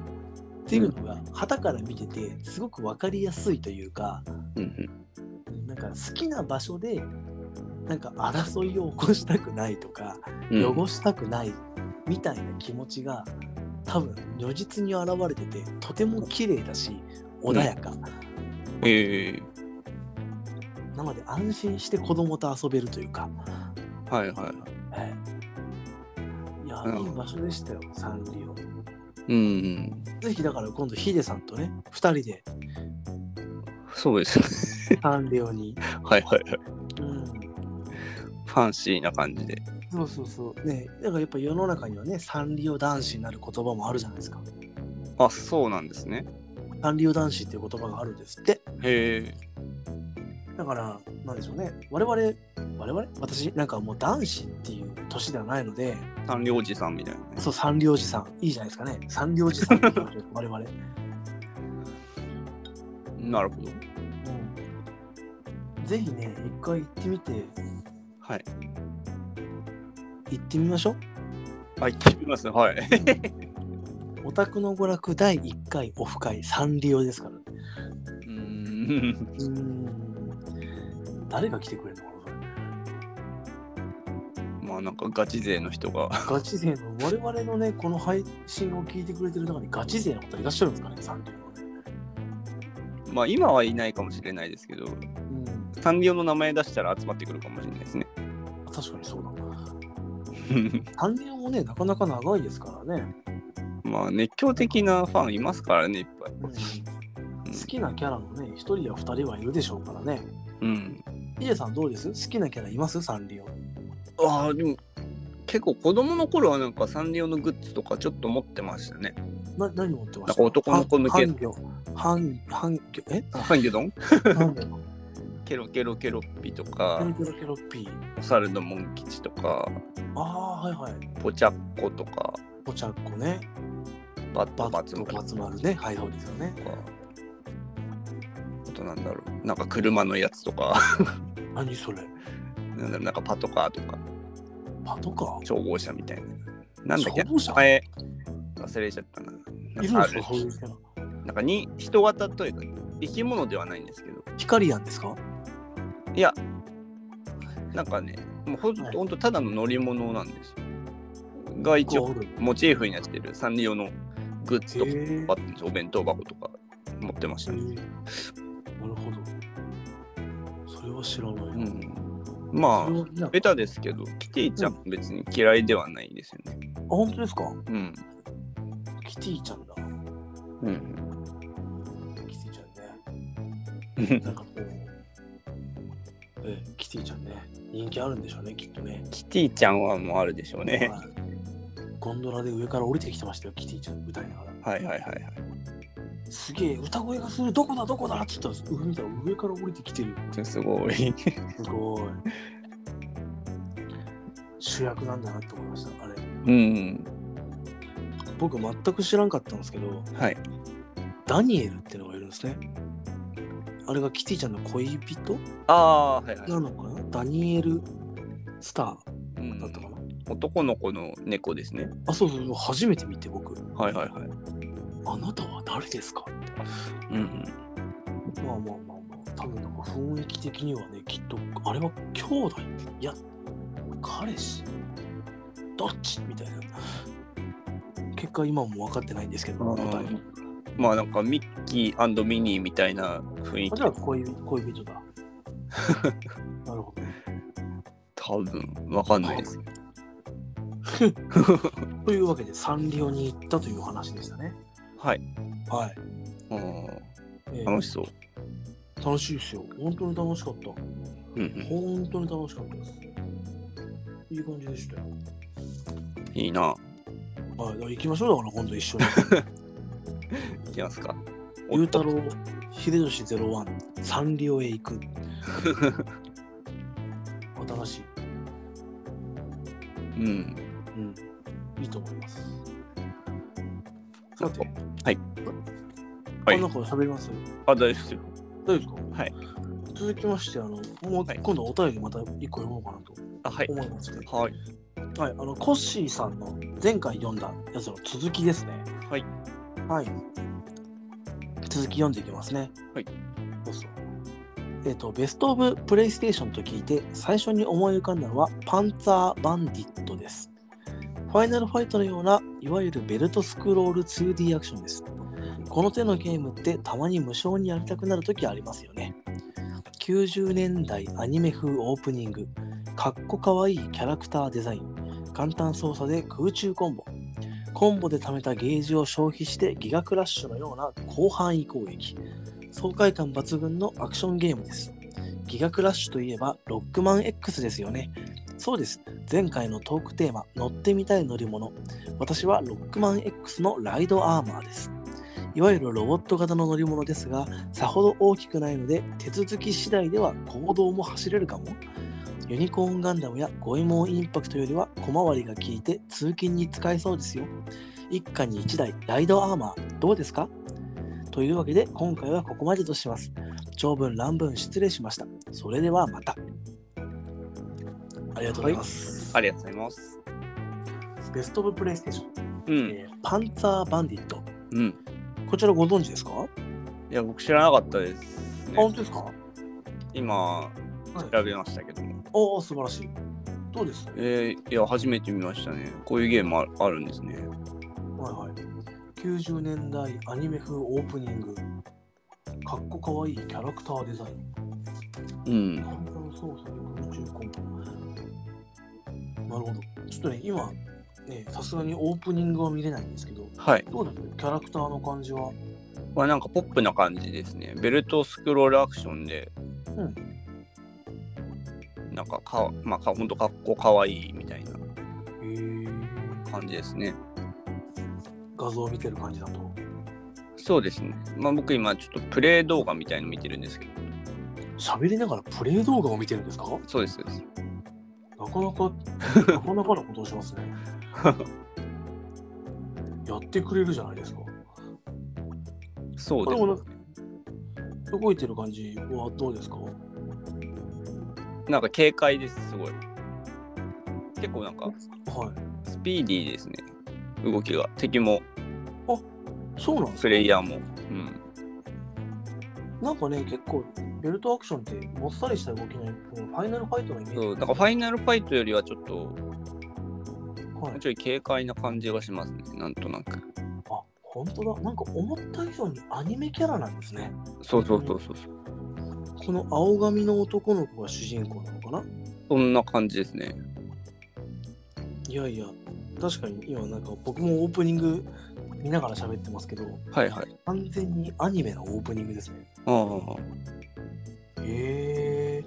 Speaker 1: っていうのが旗から見ててすごく分かりやすいというか
Speaker 2: うん
Speaker 1: なんか好きな場所でなんか争いを起こしたくないとか
Speaker 2: うん。
Speaker 1: 汚したくないみたいな気持ちが多分如実に現れててとても綺麗だし穏やか、
Speaker 2: ええ
Speaker 1: なので安心して子供と遊べるというか、
Speaker 2: はいはいはい。
Speaker 1: はい、いや
Speaker 2: う
Speaker 1: い
Speaker 2: ん
Speaker 1: い場所でしたよサンリオ
Speaker 2: うん。
Speaker 1: ぜひだから今度ヒデさんとね2人で
Speaker 2: そうですね。
Speaker 1: サンリオに、
Speaker 2: はいはいはい。
Speaker 1: うん、
Speaker 2: ファンシーな感じで。
Speaker 1: そうそうそう。ねだからやっぱ世の中にはね、サンリオ男子になる言葉もあるじゃないですか。
Speaker 2: あ、そうなんですね。
Speaker 1: サンリオ男子っていう言葉があるんですって。
Speaker 2: へえ。
Speaker 1: だから、なんでしょうね。我々、我々私なんかもう男子っていう年ではないので、
Speaker 2: サンリオおじさんみたいな、ね。
Speaker 1: そう、サンリオおじさん、いいじゃないですかね。サンリオおじさんって言わ れてる我々。
Speaker 2: なるほど。
Speaker 1: うんぜひね、一回行ってみて、
Speaker 2: はい。
Speaker 1: 行ってみましょう。
Speaker 2: あ、行ってみますね。はい。
Speaker 1: オタクの娯楽第1回オフ会、サンリオですから。う
Speaker 2: うん。
Speaker 1: ーん。誰が来てくれるのかなそれ
Speaker 2: まあなんかガチ勢の人が。
Speaker 1: ガチ勢の我々のね、この配信を聞いてくれてる中にガチ勢の方いらっしゃるんですかね、サンリ
Speaker 2: まあ今はいないかもしれないですけど、
Speaker 1: オのね。うん、
Speaker 2: サンリオの名前出したら集まってくるかもしれないです ね。
Speaker 1: 確かにそうだな。サンリオもね、なかなか長いですからね。
Speaker 2: まあ熱狂的なファンいますからね、いっぱい。
Speaker 1: うん、好きなキャラもね、一人や二人はいるでしょうからね。
Speaker 2: うん。
Speaker 1: ヒデさんどうです好きなキャラいますサンリオ。
Speaker 2: ああ、でも結構子供の頃はなんかサンリオのグッズとかちょっと持ってましたね。
Speaker 1: な何持ってま
Speaker 2: な
Speaker 1: し
Speaker 2: んか
Speaker 1: た
Speaker 2: 男の子向け
Speaker 1: 半魚。半半魚。え
Speaker 2: ハンギョドン
Speaker 1: 半 魚。
Speaker 2: ケロケロケロッピとか
Speaker 1: ケ、ロケロケロッピー。
Speaker 2: お猿のモン吉とか、
Speaker 1: ああー、はいはい。
Speaker 2: ポチャッコとか、
Speaker 1: ポチャッコね。
Speaker 2: バッ
Speaker 1: バ
Speaker 2: トバ
Speaker 1: ッ
Speaker 2: ツと
Speaker 1: ト
Speaker 2: か、
Speaker 1: 松丸ね。はい、そうですよね。
Speaker 2: あとなんだろう、なんか車のやつとか、
Speaker 1: 何それ
Speaker 2: なんだろう、なんかパトカーとか、
Speaker 1: パトカー
Speaker 2: 消防車みたいな。なんだっけ
Speaker 1: 消防車
Speaker 2: 名前忘れちゃったな。
Speaker 1: いるん
Speaker 2: なん
Speaker 1: で
Speaker 2: かあ
Speaker 1: すか
Speaker 2: る
Speaker 1: そういうキャラ。
Speaker 2: なんかに人型というか、生き物ではないんですけど、
Speaker 1: ヒカリアンですか
Speaker 2: いや、なんかね、もうほんと
Speaker 1: はい
Speaker 2: ほんとただの乗り物なんですよ。が一応
Speaker 1: ゴール
Speaker 2: モチーフになってるサンリオのグッズとか
Speaker 1: へー
Speaker 2: あったんですよお弁当箱とか持ってましたね。
Speaker 1: なるほど。それは知らないな。
Speaker 2: うん、まあ、
Speaker 1: あ
Speaker 2: ベタですけど、キティちゃんも別に嫌いではないんですよね。
Speaker 1: あ、本当ですか
Speaker 2: うん。
Speaker 1: キティちゃんだ。
Speaker 2: うん、
Speaker 1: キティちゃんね。なんかこう、ええ、キティちゃんね。人気あるんでしょうね、きっとね。
Speaker 2: キティちゃんはもうあるでしょうね。
Speaker 1: はいゴンドラで上から降りてきてましたよ、キティちゃん、歌いながら。
Speaker 2: はいはいはいはい。
Speaker 1: すげえ、歌声がする、どこだ、どこだって言ったら、上見たら上から降りてきてる。
Speaker 2: ちょっとすごい。
Speaker 1: すごい。主役なんだなって思いました、あれ。
Speaker 2: うん。
Speaker 1: 僕全く知らんかったんですけど
Speaker 2: はい。
Speaker 1: ダニエルってのがいるんですねあれがキティちゃんの恋人
Speaker 2: ああー、はいはい。
Speaker 1: なのかなダニエル・スタ
Speaker 2: う
Speaker 1: ーだったか
Speaker 2: ん、
Speaker 1: な、
Speaker 2: 男の子の猫ですね。
Speaker 1: あ、そうそうそう、初めて見て僕、
Speaker 2: はいはいはい。
Speaker 1: あなたは誰ですかって
Speaker 2: うんうん、
Speaker 1: まあまあまあまあ、多分なんか雰囲気的にはね、きっと、あれは兄弟いや、彼氏どっちみたいな。結果、今も分かってないんですけど、答えは。
Speaker 2: まあなんかミッキーミニーみたいな雰囲
Speaker 1: あ
Speaker 2: 気
Speaker 1: じゃあ恋人、恋 人だ。なるほど。
Speaker 2: 多分わかんないです。
Speaker 1: というわけで、サンリオに行ったというお話でしたね。
Speaker 2: はい。
Speaker 1: はい。
Speaker 2: うん
Speaker 1: えー
Speaker 2: 楽しそう。
Speaker 1: 楽しいですよ。本当に楽しかった。
Speaker 2: うんうん、
Speaker 1: 本当に楽しかったです。いい感じでしたよ。
Speaker 2: いいな。
Speaker 1: はい、だから行きましょうだから今度一緒に。
Speaker 2: いきますか。お
Speaker 1: ゆうたろう、秀吉ゼロワン、サンリオへ行 く。新しい。
Speaker 2: うん。
Speaker 1: うん。いいと思います。
Speaker 2: そ
Speaker 1: さ
Speaker 2: う
Speaker 1: て。
Speaker 2: はい。は
Speaker 1: あ、
Speaker 2: い
Speaker 1: なんか喋ります
Speaker 2: あ、大丈夫ですよ。
Speaker 1: 大丈夫ですか
Speaker 2: はい。
Speaker 1: 続きまして、あの、もう
Speaker 2: はい
Speaker 1: 今度お便りまた一個読もうかなと
Speaker 2: あ、はい。
Speaker 1: 思いますけど、
Speaker 2: はい。
Speaker 1: はい、あの、コッシーさんの前回読んだやつの続きですね。
Speaker 2: はい。
Speaker 1: はい。続き読んでいきますね。
Speaker 2: はい。
Speaker 1: そうそう。えっ、と、ベストオブプレイステーションと聞いて、最初に思い浮かんだのは、パンツァーバンディットです。ファイナルファイトのような、いわゆるベルトスクロール 2D アクションです。この手のゲームって、たまに無償にやりたくなるときありますよね。90年代アニメ風オープニング、かっこかわいいキャラクターデザイン、簡単操作で空中コンボ、コンボで貯めたゲージを消費してギガクラッシュのような広範囲攻撃爽快感抜群のアクションゲームですギガクラッシュといえばロックマン X ですよねそうです前回のトークテーマ乗ってみたい乗り物私はロックマン X のライドアーマーですいわゆるロボット型の乗り物ですがさほど大きくないので手続き次第では行動も走れるかもユニコーンガンダムやゴエモンインパクトよりは小回りが効いて通勤に使えそうですよ一家に一台ライドアーマーどうですかというわけで今回はここまでとします長文乱文失礼しましたそれではまたありがとうございます、
Speaker 2: ありがとうございます。
Speaker 1: ベストオブプレイステーション、
Speaker 2: うん。
Speaker 1: えーパンツァーバンディット
Speaker 2: うん。
Speaker 1: こちらご存知ですか、
Speaker 2: いや、僕知らなかったです、
Speaker 1: あ
Speaker 2: ね。
Speaker 1: 本当ですかはい
Speaker 2: 今、調べましたけども。
Speaker 1: おお素晴らしいどうです
Speaker 2: えー、いや、初めて見ましたね。こういうゲームああるんですね。
Speaker 1: はいはい。90年代アニメ風オープニング。かっこかわいいキャラクターデザイン。
Speaker 2: うん。
Speaker 1: 看板操作で空中コンボ。なるほど。ちょっとね、今、ね、さすがにオープニングは見れないんですけど、
Speaker 2: はい。
Speaker 1: どうですキャラクターの感じは。
Speaker 2: まあ、なんかポップな感じですね。ベルトスクロールアクションで。
Speaker 1: うん
Speaker 2: なんかか、まあ、かほんとかっこかわいいみたいな
Speaker 1: へー
Speaker 2: 感じですね。
Speaker 1: 画像を見てる感じだと。
Speaker 2: そうですね。まあ、僕今ちょっとプレイ動画みたいの見てるんですけど。
Speaker 1: 喋りながらプレイ動画を見てるんですか
Speaker 2: そうです、そうです。
Speaker 1: なかな か、なかなかなことをしますね。やってくれるじゃないですか。
Speaker 2: そう
Speaker 1: こ
Speaker 2: で
Speaker 1: れ
Speaker 2: す
Speaker 1: もな動いてる感じはどうですか
Speaker 2: なんか軽快です、すごい。結構なんか
Speaker 1: はい。
Speaker 2: スピーディーですね。動きが。敵も、
Speaker 1: そうなんです
Speaker 2: プ
Speaker 1: か
Speaker 2: レイヤーも。うん。
Speaker 1: なんかね、結構ベルトアクションってもっさりした動きのファイナルファイトのイメージ。
Speaker 2: そう、なんかファイナルファイトよりはちょっと、も
Speaker 1: はいう
Speaker 2: ちょい軽快な感じがしますね。なんとなく。
Speaker 1: あ、本当だ。なんか思った以上にアニメキャラなんですね。
Speaker 2: そうそうそうそう。う
Speaker 1: この青髪の男の子が主人公なのかな
Speaker 2: そんな感じですね。
Speaker 1: いやいや、確かに今なんか僕もオープニング見ながら喋ってますけど、
Speaker 2: はいはい。
Speaker 1: 完全にアニメのオープニングですね。
Speaker 2: ああ。
Speaker 1: へえ。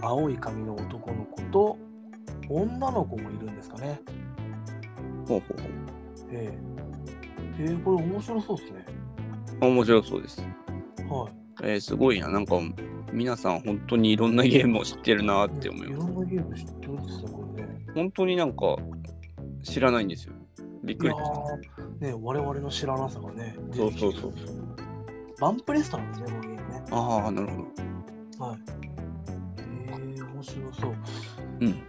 Speaker 1: 青い髪の男の子と女の子もいるんですかね。
Speaker 2: ほうほうほ
Speaker 1: ええ。ええ、これ面白そうですね。
Speaker 2: う。面白そうです。
Speaker 1: はい。
Speaker 2: えー、すごいな。なんか、皆さん本当にいろんなゲームを知ってるなって思います。
Speaker 1: ろんなゲーム知ってるんですね、これね。
Speaker 2: 本当になんか、知らないんですよ。びっ
Speaker 1: い
Speaker 2: く
Speaker 1: や
Speaker 2: りした。
Speaker 1: ー、ね、我々の知らなさがね、。
Speaker 2: そうそうそううそう。
Speaker 1: バンプレストなんですね、このゲームね。
Speaker 2: ああ、なるほど。
Speaker 1: はい。えー、面白そう。
Speaker 2: うん。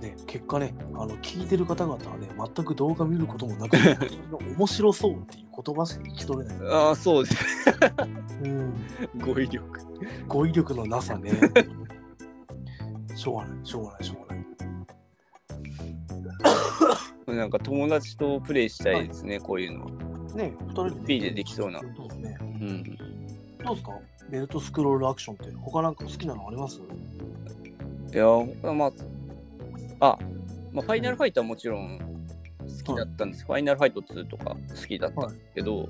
Speaker 1: ね、結果ね、あの聞いてる方々はね、全く動画見ることもな く、面白そうっていう言葉しか聞き取れない。
Speaker 2: ああ、そうです。
Speaker 1: うん。
Speaker 2: 語彙力。
Speaker 1: 語彙力のな さね。しょうがない、しょうがない、しょうがない。
Speaker 2: なんか友達とプレイしたいですね、こういうのは。
Speaker 1: ね、二人で、
Speaker 2: ピーでできそうな
Speaker 1: そうですね。
Speaker 2: うん。
Speaker 1: どうですかベルトスクロールアクションって、他なんか好きなのあります
Speaker 2: いや、まあ、あ、まあ、ファイナルファイトはもちろん好きだったんです。ファイナルファイト2とか好きだったんですけど、
Speaker 1: はい。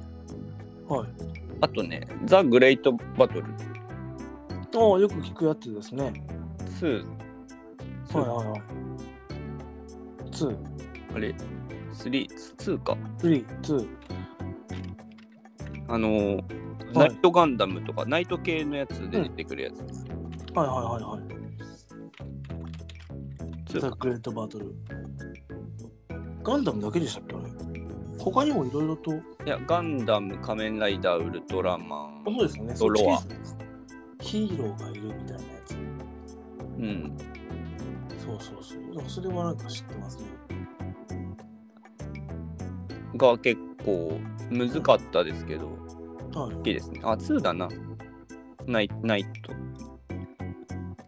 Speaker 2: あとね、ザ・グレイト・バトル
Speaker 1: ああ、よく聞くやつですね。
Speaker 2: 2、
Speaker 1: はい
Speaker 2: 2
Speaker 1: はいはい。2、
Speaker 2: あれ、3、2か。
Speaker 1: 3、2。
Speaker 2: あのー
Speaker 1: は
Speaker 2: ナ
Speaker 1: い
Speaker 2: イトガンダムとか、ナイト系のやつで出てくるやつです。
Speaker 1: はいはいはいはい。
Speaker 2: 2
Speaker 1: ザ・グレート・バトル。ガンダムだけでしたっけあれ他にもいろいろと。
Speaker 2: いや、ガンダム、仮面ライダー、ウルトラマン
Speaker 1: あ、そうですよね。
Speaker 2: ドロワ
Speaker 1: そっちですねヒーローがいるみたいなや
Speaker 2: うん。
Speaker 1: つ。そうそうそう。なんかそれはなんか知ってますね。
Speaker 2: が結構難かったですけど、
Speaker 1: はい。
Speaker 2: 好きですね。あ、2だな。ナイナイト。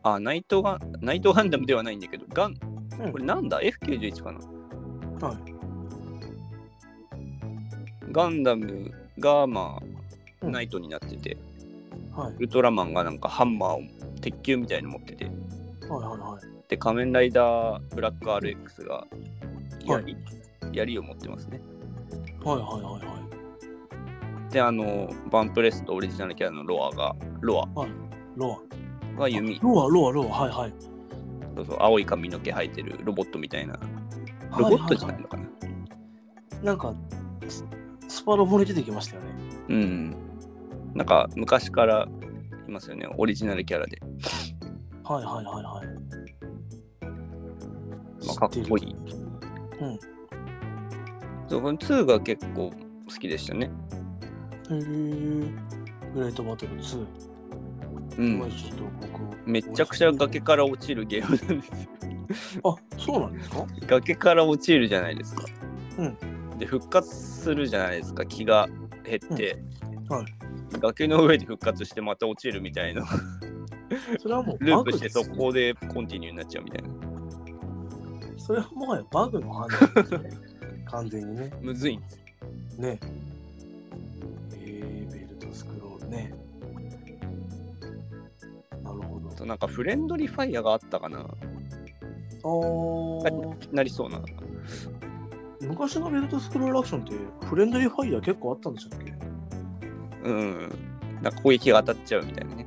Speaker 2: あ、ナイトガン、ナイトガンダムではないんだけど、ガン、
Speaker 1: うん
Speaker 2: これなんだ ?F91 かな
Speaker 1: はい。
Speaker 2: ガンダムが、まあ、
Speaker 1: うん
Speaker 2: ナイトになってて、
Speaker 1: はい
Speaker 2: ウ。ルトラマンがなんかハンマーを、鉄球みたいの持ってて、
Speaker 1: はいはいはい。
Speaker 2: で、仮面ライダー、ブラック RX が槍、槍を持ってますね。
Speaker 1: はいはいはいはい。
Speaker 2: で、あの、バンプレスとオリジナルキャラのロアが、ロ
Speaker 1: ロ
Speaker 2: アが
Speaker 1: ア。
Speaker 2: 弓、
Speaker 1: ロア、ロア、ロア。はいはい。
Speaker 2: そうそう青い髪の毛生えてるロボットみたいな、ロボットじゃ
Speaker 1: は
Speaker 2: な
Speaker 1: は
Speaker 2: い
Speaker 1: い
Speaker 2: のかな。
Speaker 1: はいなんか、ススパロボに出てきましたよね。
Speaker 2: うん。なんか昔からいますよね、オリジナルキャラで。
Speaker 1: はいはいはいはい。
Speaker 2: まあ、かっ
Speaker 1: 知てる
Speaker 2: こいい。
Speaker 1: うん。
Speaker 2: そうこの2が結構好きでしたね。
Speaker 1: へーグレートバトル2。
Speaker 2: う。
Speaker 1: うんちょっと僕
Speaker 2: めちゃくちゃ崖から落ちるゲームなんですよ。
Speaker 1: あ、そうなんですか
Speaker 2: 崖から落ちるじゃないですか。
Speaker 1: うん。
Speaker 2: で、復活するじゃないですか、気が減って。
Speaker 1: うんはい
Speaker 2: 崖の上で復活してまた落ちるみたいな。
Speaker 1: それはもう
Speaker 2: ル
Speaker 1: バ
Speaker 2: ー
Speaker 1: グ
Speaker 2: プして
Speaker 1: ですよ
Speaker 2: 速攻でコンティニューになっちゃうみたいな。
Speaker 1: それはもはやバグの判断ですね。完全にね。
Speaker 2: むずいんですよ。
Speaker 1: ね。えー、ベルトスクロールね。なるほど
Speaker 2: あとなんかフレンドリーファイヤーがあったかな。。
Speaker 1: あー
Speaker 2: なりそうな。
Speaker 1: 昔のベルトスクロールアクションってフレンドリーファイヤー結構あったんでしたっけね
Speaker 2: うん。なんか攻撃が当たっちゃうみたいなね。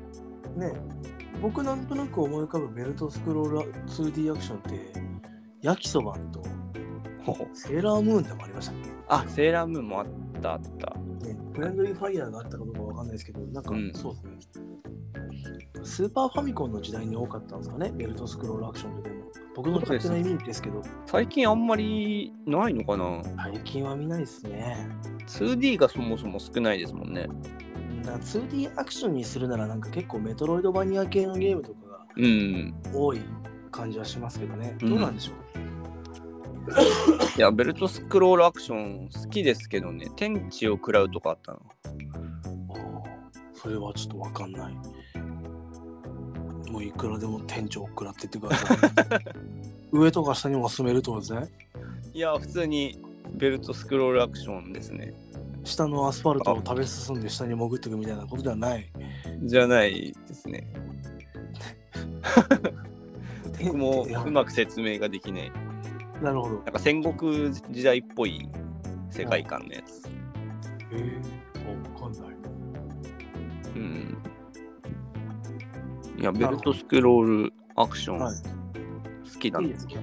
Speaker 1: 僕なんとなく思い浮かぶベルトスクロール 2D アクションって焼きそばとセーラームーンでもありましたっ
Speaker 2: あ、セーラームーンもあったあった。
Speaker 1: け、ね、フレンドリーファイヤーがあったかどうかわかんないですけどなんか
Speaker 2: うん
Speaker 1: そうですね、スーパーファミコンの時代に多かったんですかねベルトスクロールアクションってでも僕の勝手なイメージですけど
Speaker 2: 最近あんまりないのかな
Speaker 1: 最近は見ないですね
Speaker 2: ?2D がそもそも少ないですもんね。
Speaker 1: なんか 2D アクションにするならなんか結構メトロイドバニア系のゲームとかが
Speaker 2: うん。
Speaker 1: 多い感じはしますけどね。
Speaker 2: うん
Speaker 1: どうなんでしょう、
Speaker 2: いや、ベルトスクロールアクション好きですけどね。天地を食らうとかあったの。
Speaker 1: あーそれはちょっとわかんない。もういくらでも店長を食らってってくだ さい。上とか下にも進めるってことですね。
Speaker 2: いや、普通にベルトスクロールアクションですね。
Speaker 1: 下のアスファルトを食べ進んで下に潜っていくみたいなことではない。
Speaker 2: じゃないですね。僕も
Speaker 1: いや
Speaker 2: うまく説明ができない。
Speaker 1: なるほど。
Speaker 2: なんか戦国時代っぽい世界観のやつ。
Speaker 1: えー、わかんない。
Speaker 2: うん。いや、ベルトスクロールアクション
Speaker 1: はい
Speaker 2: 好きなん
Speaker 1: いい
Speaker 2: で
Speaker 1: ですす
Speaker 2: け
Speaker 1: ね。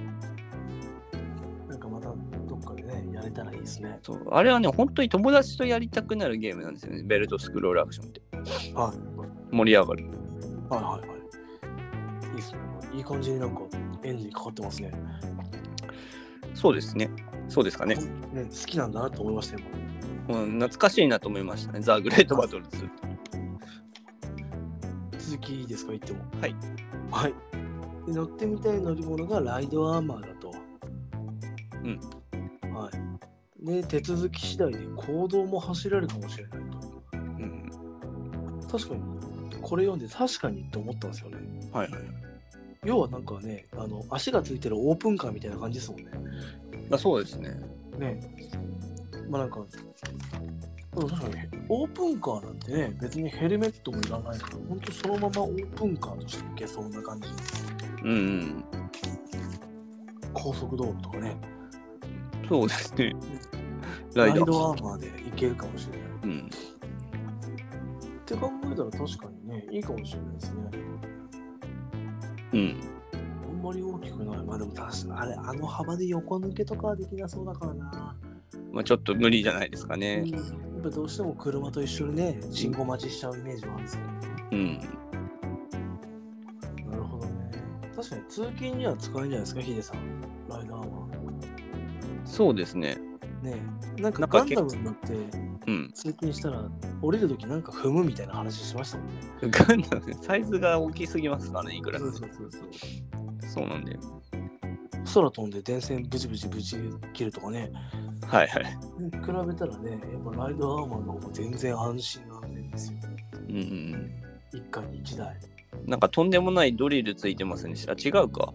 Speaker 1: なんかまたどっかでね、やれたらいいですね。
Speaker 2: ど、そうあれはね、本当に友達とやりたくなるゲームなんですよね、ベルトスクロールアクションって。
Speaker 1: はい。
Speaker 2: 盛り上がる。
Speaker 1: はいはいはい。いいですね。いい感じになんかエンジンかかってますね。
Speaker 2: そうですね。そうですかね。
Speaker 1: ね、好きなんだなと思いましたよ。
Speaker 2: うん、懐かしいなと思いましたね、ザ・グレートバトルズ。
Speaker 1: 続きいいですか言っても
Speaker 2: はい
Speaker 1: はいで乗ってみたい乗り物がライドアーマーだと
Speaker 2: うん
Speaker 1: はいで手続き次第で行動も走られるかもしれない
Speaker 2: うん。
Speaker 1: と確かにこれ読んで確かにって思ったんですよね
Speaker 2: はいはい。
Speaker 1: 要はなんかねあの足がついてるオープンカーみたいな感じですもんね
Speaker 2: まあそうですね。
Speaker 1: ねまあなんかでも確かにオープンカーなんてね別にヘルメットもいらないからほんとそのままオープンカーとしていけそうな感じ
Speaker 2: うんうん。
Speaker 1: 高速道路とかね
Speaker 2: そうですね。ラ
Speaker 1: ラ
Speaker 2: イ
Speaker 1: イ
Speaker 2: ダー。
Speaker 1: ドアーマーでいけるかもしれないっ
Speaker 2: うん。
Speaker 1: て考えたら確かにねいいかもしれないですね
Speaker 2: うん。
Speaker 1: あんまり大きくないまあでも確かにあれあの幅で横抜けとかはできなそうだからな、
Speaker 2: まあちょっと無理じゃないですかね
Speaker 1: うん。やっぱどうしても車と一緒にね信号待ちしちゃうイメージはあるんですけど
Speaker 2: うん。
Speaker 1: なるほどね。確かに通勤には使えるんじゃないですか、ヒデさん。ライダーは。
Speaker 2: そうですね。
Speaker 1: ねえなんか
Speaker 2: なんか
Speaker 1: ガンダムに乗って
Speaker 2: うん。
Speaker 1: 通勤したら降りるときなんか踏むみたいな話しましたもんね。
Speaker 2: ガンダムねサイズが大きすぎますからね、いくら。
Speaker 1: そうそうそう。
Speaker 2: そうなんで。
Speaker 1: 空飛んで電線ブチブチブチ切るとかね。
Speaker 2: はいはい。
Speaker 1: 比べたらね、やっぱライドアーマーの方が全然安心安全ですよ。
Speaker 2: うんうん
Speaker 1: 一家に一台。
Speaker 2: うん。なんかとんでもないドリルついてませんでした。違うか。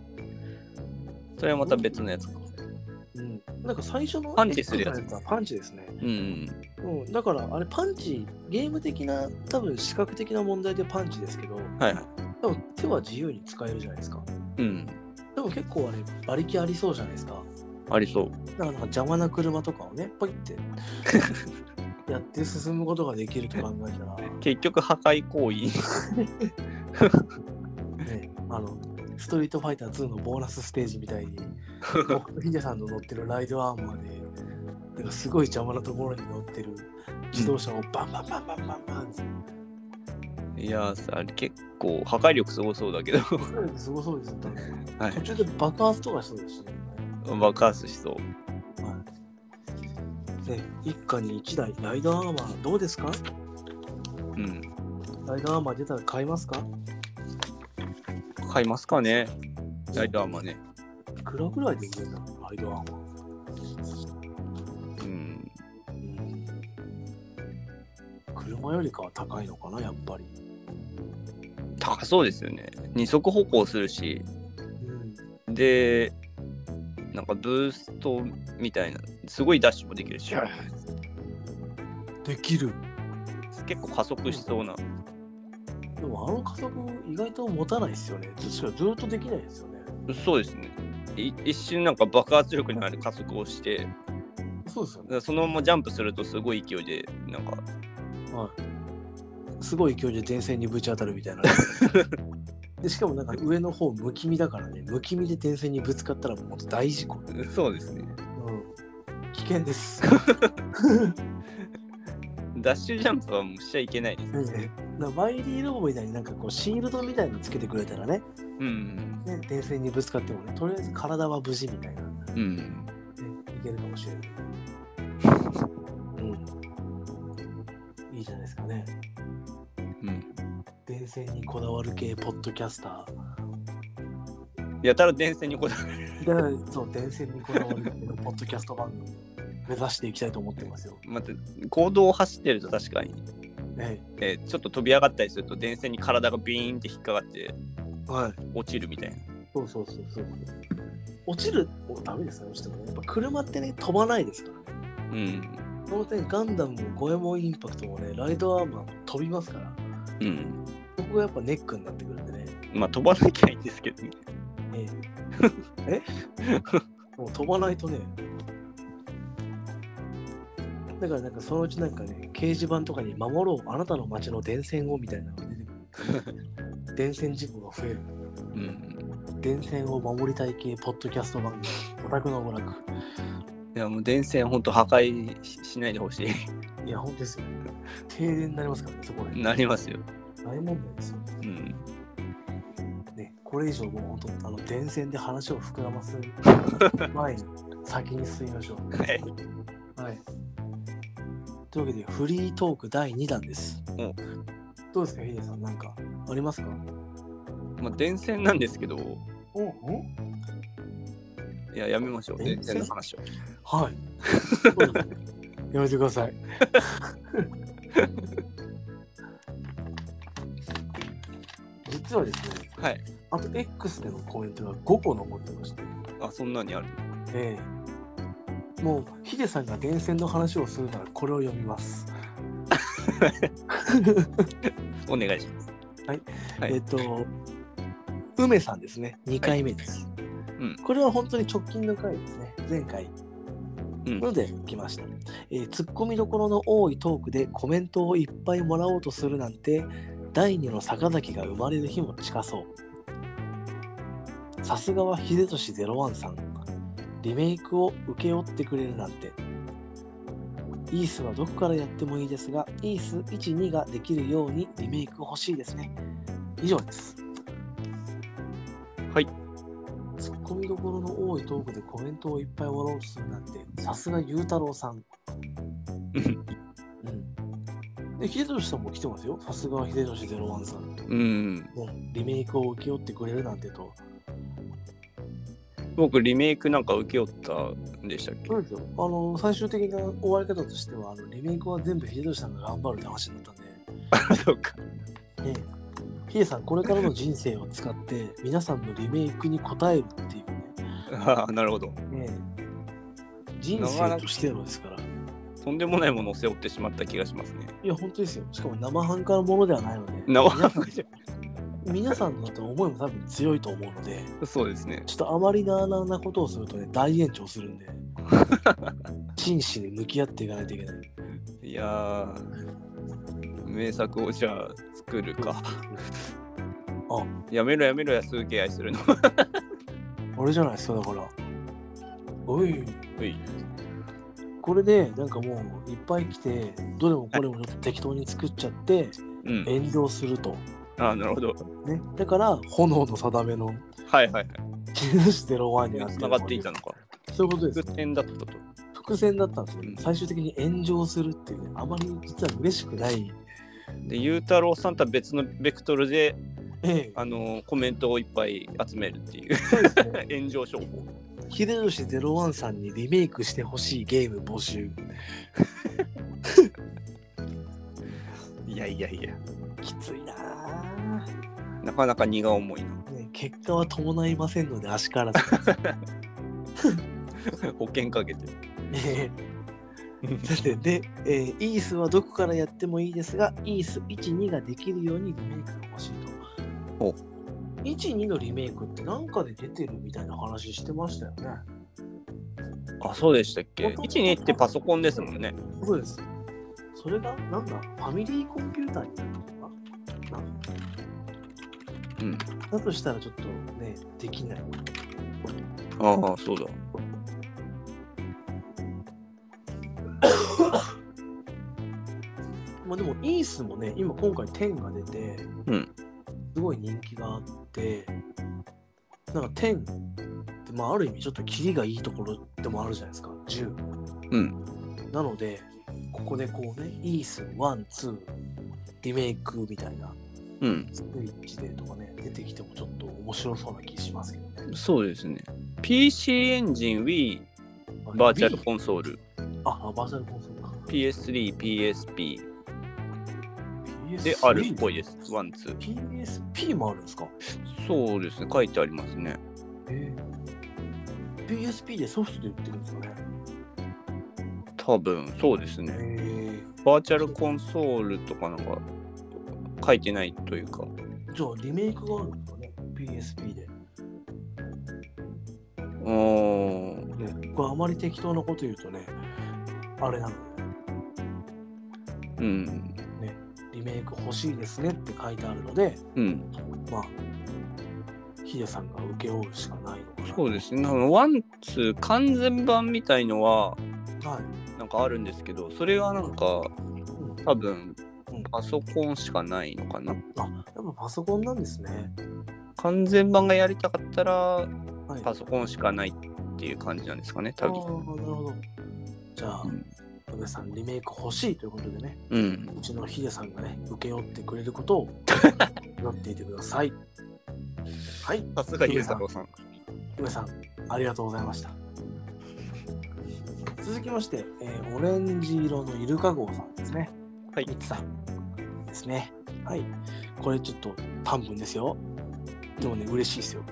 Speaker 2: それはまた別のやつか。
Speaker 1: うん。なんか最初の
Speaker 2: パンチするやつ
Speaker 1: エクササイズはパンチですね。
Speaker 2: うんうん。
Speaker 1: うん。だからあれパンチ、ゲーム的な、多分視覚的な問題でパンチですけど、
Speaker 2: はいはい。
Speaker 1: 多分手は自由に使えるじゃないですか。
Speaker 2: うん。
Speaker 1: でも結構あれ、馬力ありそうじゃないですか。
Speaker 2: ありそう。
Speaker 1: だからなんか邪魔な車とかをね、ポイって やって進むことができると考えたら、
Speaker 2: 結局破壊行為。
Speaker 1: ね、あの、ストリートファイター2のボーナスステージみたいに、 僕とヒデさんの乗ってるライドアーマーで、なんかすごい邪魔なところに乗ってる自動車をバンバンバンバンバンバンって、
Speaker 2: いやーさ、結構破壊力すごそうだけど。
Speaker 1: すごそうですよ、多分
Speaker 2: はい
Speaker 1: 途。中で爆発とかしそうですしね。
Speaker 2: 爆発しそう。
Speaker 1: はいで一家に一台ライドアーマーどうですか
Speaker 2: うん。
Speaker 1: ライドアーマー出たら買いますか
Speaker 2: 買いますかね。ライドアーマーね。
Speaker 1: いくらぐらいで売れるんだろうライドアーマー。
Speaker 2: うん。
Speaker 1: うん車よりかは高いのかな、やっぱり。
Speaker 2: 高そうですよね。二足歩行するし。
Speaker 1: うん、
Speaker 2: で、なんかブーストみたいな、すごいダッシュもできるし、
Speaker 1: できる。
Speaker 2: 結構加速しそうな。
Speaker 1: でもあの加速意外と持たないですよね。ずずっとできないですよね。
Speaker 2: そうですね。い一瞬なんか爆発力のある加速をして、
Speaker 1: そうですよ
Speaker 2: だか。らそのままジャンプするとすごい勢いで、なんか、
Speaker 1: すごい勢いで電線にぶち当たるみた いな。でしかもなんか上の方むき身だからね、むき身で電線にぶつかったらもう大事故。
Speaker 2: そうですね。
Speaker 1: うん、危険です。
Speaker 2: ダッシュジャンプはもうしちゃいけないです。
Speaker 1: ねなマイリーローボみたいになんかこうシールドみたいのつけてくれたらね
Speaker 2: うん。
Speaker 1: ね電線にぶつかってもねとりあえず体は無事みたいな、ね、
Speaker 2: うん。
Speaker 1: いけるかもしれない、うん、いいじゃないですかね
Speaker 2: うん、
Speaker 1: 電線にこだわる系ポッドキャスタ
Speaker 2: やたら電線にこだわる。
Speaker 1: ーだからそう電線にこだわる系のポッドキャスト番組目指していきたいと思ってますよ、
Speaker 2: 待って、行動を走ってると確かに、
Speaker 1: ね、
Speaker 2: えーちょっと飛び上がったりすると電線に体がビーンって引っかかって
Speaker 1: はい
Speaker 2: 落ちるみたいな。
Speaker 1: そうそうそうそう落ちるおダメですね落ちてもねやっぱ車ってね飛ばないですからね
Speaker 2: うん。
Speaker 1: その点ガンダムもゴエモンインパクトもねライドアーマーも飛びますから
Speaker 2: うん。
Speaker 1: そこがやっぱネックになってくるんでね、
Speaker 2: まあ飛ばなきゃいいんですけどね。
Speaker 1: えええもう飛ばないとねだからなんかそのうちなんかね掲示板とかに「守ろうあなたの街の電線を」みたいなのが出てくる電線事故が増える
Speaker 2: うん。
Speaker 1: 電線を守りたい系ポッドキャスト番組オタクの娯楽
Speaker 2: いやもう電線ほんと破壊ししないで ほしい。
Speaker 1: いや本当ですよ停電になりますからねそこで
Speaker 2: なりますよ。
Speaker 1: 大問題ですよ
Speaker 2: うん。
Speaker 1: ね、これ以上もう本当あの電線で話を膨らます前に先に進みましょ
Speaker 2: はい。
Speaker 1: う。はい。というわけでフリートーク第2弾です。どうですか、ヒデさん、なんかありますか
Speaker 2: まあ、電線なんですけど、
Speaker 1: お
Speaker 2: いや、やめましょう。
Speaker 1: 電
Speaker 2: 電
Speaker 1: 線
Speaker 2: 線の話を。
Speaker 1: はい。やめてください。実はですね、
Speaker 2: はい。
Speaker 1: あと X でのコメントが5個残ってまして、
Speaker 2: あ、そんなにある。
Speaker 1: ええもうヒデさんが電線の話をするならこれを読みます。
Speaker 2: お願いします。はい
Speaker 1: えっと、梅さんですね、2回目です。
Speaker 2: うん
Speaker 1: これは本当に直近の回ですね、前回
Speaker 2: うん
Speaker 1: の。で来ました、えーツッコミどころの多いトークでコメントをいっぱいもらおうとするなんて第二の坂崎が生まれる日も近そうさすがは秀俊01さんリメイクを請け負ってくれるなんてイースはどこからやってもいいですがイース12ができるようにリメイク欲しいですね以上です
Speaker 2: はい
Speaker 1: ツッコミどころの多いトークでコメントをいっぱいもらおうとするなんてさすがゆうたろうさん
Speaker 2: うん
Speaker 1: うん。で、秀俊さんも来てますよ。さすが秀俊ゼロワンさん。
Speaker 2: うん。
Speaker 1: ね、リメイクを請け負ってくれるなんてと。
Speaker 2: 僕、リメイクなんか受け負ったんでしたっけ
Speaker 1: そうですよ。あの、最終的な終わり方としては、あのリメイクは全部秀俊さんが頑張るって話になったん
Speaker 2: あ、そうか。
Speaker 1: で、ね、ヒデさん、これからの人生を使って、皆さんのリメイクに応えるっていう
Speaker 2: あーなるほど。
Speaker 1: ね。ね人生としてのですから。
Speaker 2: とんでもないものを背負ってしまった気がしますね。
Speaker 1: いや、本当ですよ。しかも生半可なものではないので、
Speaker 2: なお
Speaker 1: 皆さん皆さんのだと思いも多分強いと思うので、
Speaker 2: そうですね。
Speaker 1: ちょっとあまりなあなあなことをするとね、大炎上するん で、真摯に向き合っていかないといけない。
Speaker 2: いやー、名作をじゃあ作るか。やめろやめろや、すげえ愛するの。
Speaker 1: 俺じゃないですか、だから。おい、
Speaker 2: うい
Speaker 1: これで、なんかもう、いっぱい来て、どれもこれもちょっと適当に作っちゃって、
Speaker 2: うん。
Speaker 1: 炎上すると。
Speaker 2: あーなるほど。
Speaker 1: ね、だから、炎の定めの
Speaker 2: はいはい
Speaker 1: 901になっ
Speaker 2: はい。
Speaker 1: て
Speaker 2: つ
Speaker 1: る
Speaker 2: ながっていたのか。
Speaker 1: そういうことです
Speaker 2: 伏。線だったと。
Speaker 1: 伏線だったんですけ
Speaker 2: うん
Speaker 1: ど、最終的に炎上するっていうね、あまり実は嬉しくない。
Speaker 2: で、ゆうたろうさんとは別のベクトルで、
Speaker 1: ええ、
Speaker 2: あのーコメントをいっぱい集めるって いう
Speaker 1: そうですね。
Speaker 2: 炎上商法。
Speaker 1: 秀吉ゼロワンさんにリメイクしてほしいゲーム募集
Speaker 2: いやいやいや、
Speaker 1: きついなあ
Speaker 2: なかなか荷が重いな。
Speaker 1: ね結果は伴いませんので足からず
Speaker 2: 保険かけて。
Speaker 1: ええさてで、えーイースはどこからやってもいいですがイース12ができるようにリメイクが欲しい
Speaker 2: ほ
Speaker 1: と12のリメイクってなんかで出てるみたいな話してましたよね
Speaker 2: あ、そうでしたっけ
Speaker 1: 本当
Speaker 2: ?12 ってパソコンですもんね。
Speaker 1: そうですそれがなんだファミリーコンピューターになるのかな
Speaker 2: うん。
Speaker 1: だとしたらちょっとねできない
Speaker 2: ああ、そうだ。
Speaker 1: まあでもイースもね今今回10が出て、
Speaker 2: うん
Speaker 1: すごい人気があってなんか10ってまあある意味ちょっとキリがいいところでもあるじゃないですか10
Speaker 2: うん。
Speaker 1: なのでここでこうねイース12リメイクみたいな
Speaker 2: うん。
Speaker 1: スイッチでとかね出てきてもちょっと面白そうな気しますけどね
Speaker 2: そうですね。PC エンジン、Wii、バーチャル
Speaker 1: Wii
Speaker 2: コンソール、
Speaker 1: ああバーチャルコンソールか
Speaker 2: PS3、PSP
Speaker 1: PS
Speaker 2: であるっぽいです。ワン、ツー。
Speaker 1: PSP もあるんですか
Speaker 2: そうですね。書いてありますね。
Speaker 1: ええ PSP でソフトで売ってるんですかね
Speaker 2: 多分、そうですね。
Speaker 1: え
Speaker 2: バーチャルコンソールとかなんか書いてないというか、
Speaker 1: じゃあリメイクがあるんですかね PSP で。
Speaker 2: うーん、
Speaker 1: ね、これあまり適当なこと言うとね、あれなので、
Speaker 2: うん、
Speaker 1: リメイク欲しいですねって書いてあるので、
Speaker 2: うん、
Speaker 1: まあ、ヒデさんが請け負うしかないのかな。
Speaker 2: そうですね。なんかワン、ツー、完全版みたいのは
Speaker 1: はい。
Speaker 2: なんかあるんですけど、それがなんか
Speaker 1: うん
Speaker 2: 多分
Speaker 1: うん
Speaker 2: パソコンしかないのかな。
Speaker 1: あ、やっぱパソコンなんですね。
Speaker 2: 完全版がやりたかったら
Speaker 1: はい。
Speaker 2: パソコンしかないっていう感じなんですかね、
Speaker 1: あ
Speaker 2: 多
Speaker 1: あ
Speaker 2: 分。
Speaker 1: ー、なるほど。じゃあ、
Speaker 2: うん
Speaker 1: ヨネさんリメイク欲しいということでね、
Speaker 2: うん。
Speaker 1: うちのヒデさんがね、請け負ってくれることを 祈っていてください。はい、
Speaker 2: さすがゆうさろうさん。
Speaker 1: ゆめさん、ありがとうございました。続きまして、えーオレンジ色のイルカ号さんですね。
Speaker 2: はい
Speaker 1: いつさんですね。はい。これちょっと短文ですよ。でもね、嬉しいですよ。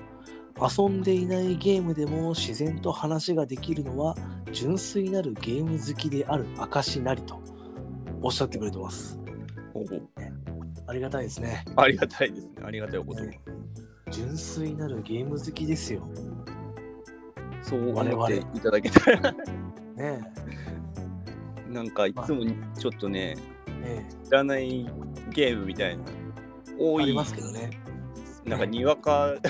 Speaker 1: 遊んでいないゲームでも自然と話ができるのは純粋なるゲーム好きである証なりとおっしゃってくれてます。ありがたいですね。
Speaker 2: ありがたいですね。ありがたいお言葉。
Speaker 1: 純粋なるゲーム好きですよ。
Speaker 2: そう思っていただけたら。
Speaker 1: ね
Speaker 2: なんかいつもちょっとね、
Speaker 1: え。ね
Speaker 2: 知らないゲームみたいな、
Speaker 1: え
Speaker 2: 多
Speaker 1: あり
Speaker 2: い、
Speaker 1: ますけどね。
Speaker 2: なんかにわかで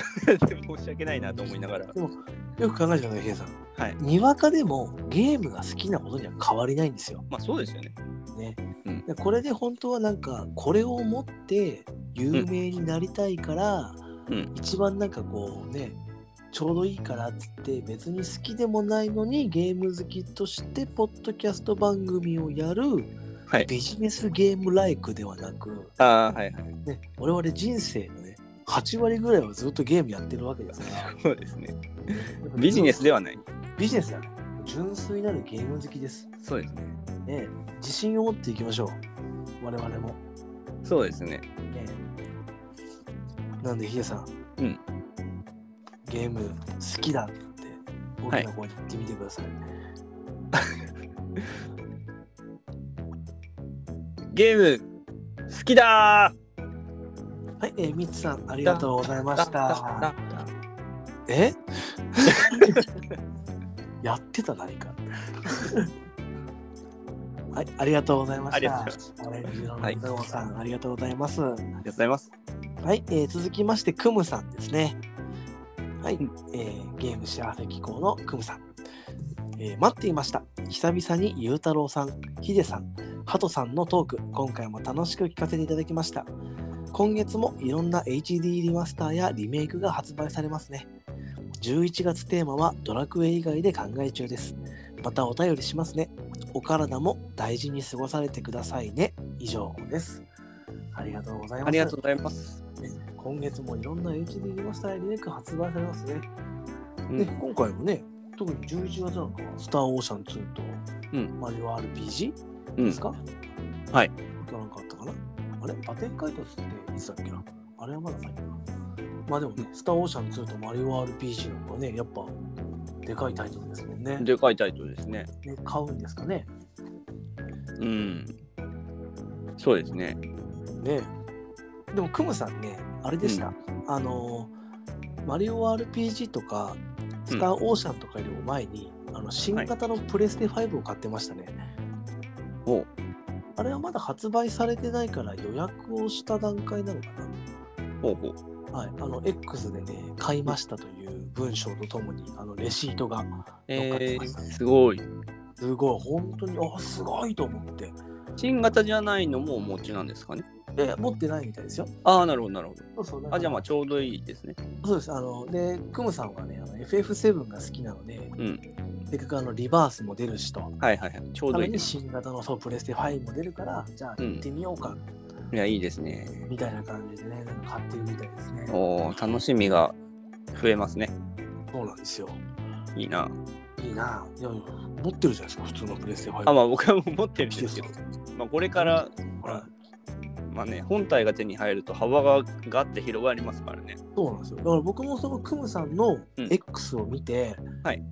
Speaker 2: 申し訳ないなと思いながら。
Speaker 1: よく考えてください、ヒデさん。
Speaker 2: はい。
Speaker 1: にわかでもゲームが好きなことには変わりないんですよ。
Speaker 2: まあそうですよね。
Speaker 1: ね
Speaker 2: うん
Speaker 1: でこれで本当はなんかこれを持って有名になりたいから、
Speaker 2: うん
Speaker 1: 一番なんかこうねちょうどいいからっつって別に好きでもないのにゲーム好きとしてポッドキャスト番組をやる
Speaker 2: はい。
Speaker 1: ビジネスゲームライクではなく、
Speaker 2: ああ、はいはい。
Speaker 1: ね、我々人生のね8割ぐらいはずっとゲームやってるわけですから
Speaker 2: そうですね。ビジネスではない。
Speaker 1: ビジネスやね純粋なるゲーム好きです。
Speaker 2: そうですね。
Speaker 1: ね、自信を持っていきましょう。我々も。
Speaker 2: そうですね。
Speaker 1: ね、なんで、ヒデさん、
Speaker 2: うん
Speaker 1: ゲーム好きだって大きな声で言ってみてください。
Speaker 2: ゲーム、好きだー
Speaker 1: はい、えー、ミッツさん、ありがとうございました。
Speaker 2: だ
Speaker 1: え やってた何か。はい、ありがとうございま
Speaker 2: あ
Speaker 1: し
Speaker 2: りがとう
Speaker 1: た
Speaker 2: ございま。
Speaker 1: オレンジ色のズボンさん、ありがとうございます。
Speaker 2: ありがとうございます。
Speaker 1: はい、えー続きまして、クムさんですね。はい
Speaker 2: うん、
Speaker 1: えーゲーム幸せ機構のクムさん、えー待っていました。久々にゆうたろうさん、ひでさん、ハトさんのトーク、今回も楽しく聞かせていただきました。今月もいろんな HD リマスターやリメイクが発売されますね。11月テーマはドラクエ以外で考え中です。またお便りしますね。お体も大事に過ごされてくださいね。以上です。ありがとうございます。
Speaker 2: ありがとうございます。
Speaker 1: 今月もいろんな HD リマスターやリメイク発売されますね。
Speaker 2: うん
Speaker 1: で、今回もね、特に11月なんかは、スター・オーシャン2と、
Speaker 2: うん
Speaker 1: マリオ RPG
Speaker 2: うん
Speaker 1: ですか、
Speaker 2: はい。
Speaker 1: あとなんかあったかなあれバテンカイトスっていつだっけなあれはまだ先かなまあでもね、スター・オーシャン2とマリオ RPG なんかね、やっぱ、でかいタイトルですもんね。
Speaker 2: でかいタイトルですね。
Speaker 1: ね買うんですかね
Speaker 2: うん。そうですね。
Speaker 1: ねでも、クムさんね、あれでした。あのーマリオ RPG とか、スター・オーシャンとかよりも前に、あの新型のプレステ5を買ってましたね。
Speaker 2: おう
Speaker 1: あれはまだ発売されてないから予約をした段階なのか
Speaker 2: ほうほう。
Speaker 1: な。はい、あの X でね、買いましたという文章とともに、あのレシートが、
Speaker 2: えー、すごい。
Speaker 1: すごい、本当に、あ、すごいと思って。
Speaker 2: 新型じゃないのもお持ちなんですかね。
Speaker 1: で、持ってないみたいですよ。
Speaker 2: ああ、なるほど、なるほど。
Speaker 1: そうそうだから
Speaker 2: あ、じゃあまあちょうどいいですね。
Speaker 1: そうです。あの、で、クムさんはね、あの FF7 が好きなので、
Speaker 2: うん。
Speaker 1: せっかくあのリバースも出るしと、
Speaker 2: はいはいはい。ちょう
Speaker 1: さ
Speaker 2: ど
Speaker 1: ら
Speaker 2: いい
Speaker 1: に
Speaker 2: です。
Speaker 1: 新型のそうプレステ5も出るから、じゃあ行ってみようか、
Speaker 2: いや、いいですね。
Speaker 1: みたいな感じでね、なんか買ってるみたいですね。
Speaker 2: おー楽しみが増えますね。
Speaker 1: そうなんですよ。
Speaker 2: いいな。
Speaker 1: いいなぁ。いや、持ってるじゃないですか、普通のプレステ5。
Speaker 2: あ、まあ僕はもう持ってるん
Speaker 1: ヒ
Speaker 2: で
Speaker 1: デ
Speaker 2: す
Speaker 1: さ
Speaker 2: け
Speaker 1: ん
Speaker 2: ど、まあこれから、ほら、まあね、本体が手に入ると幅がガッて広がりますからね。
Speaker 1: そうなんですよ。だから僕もそのクムさんの
Speaker 2: うん
Speaker 1: X を見て、
Speaker 2: はい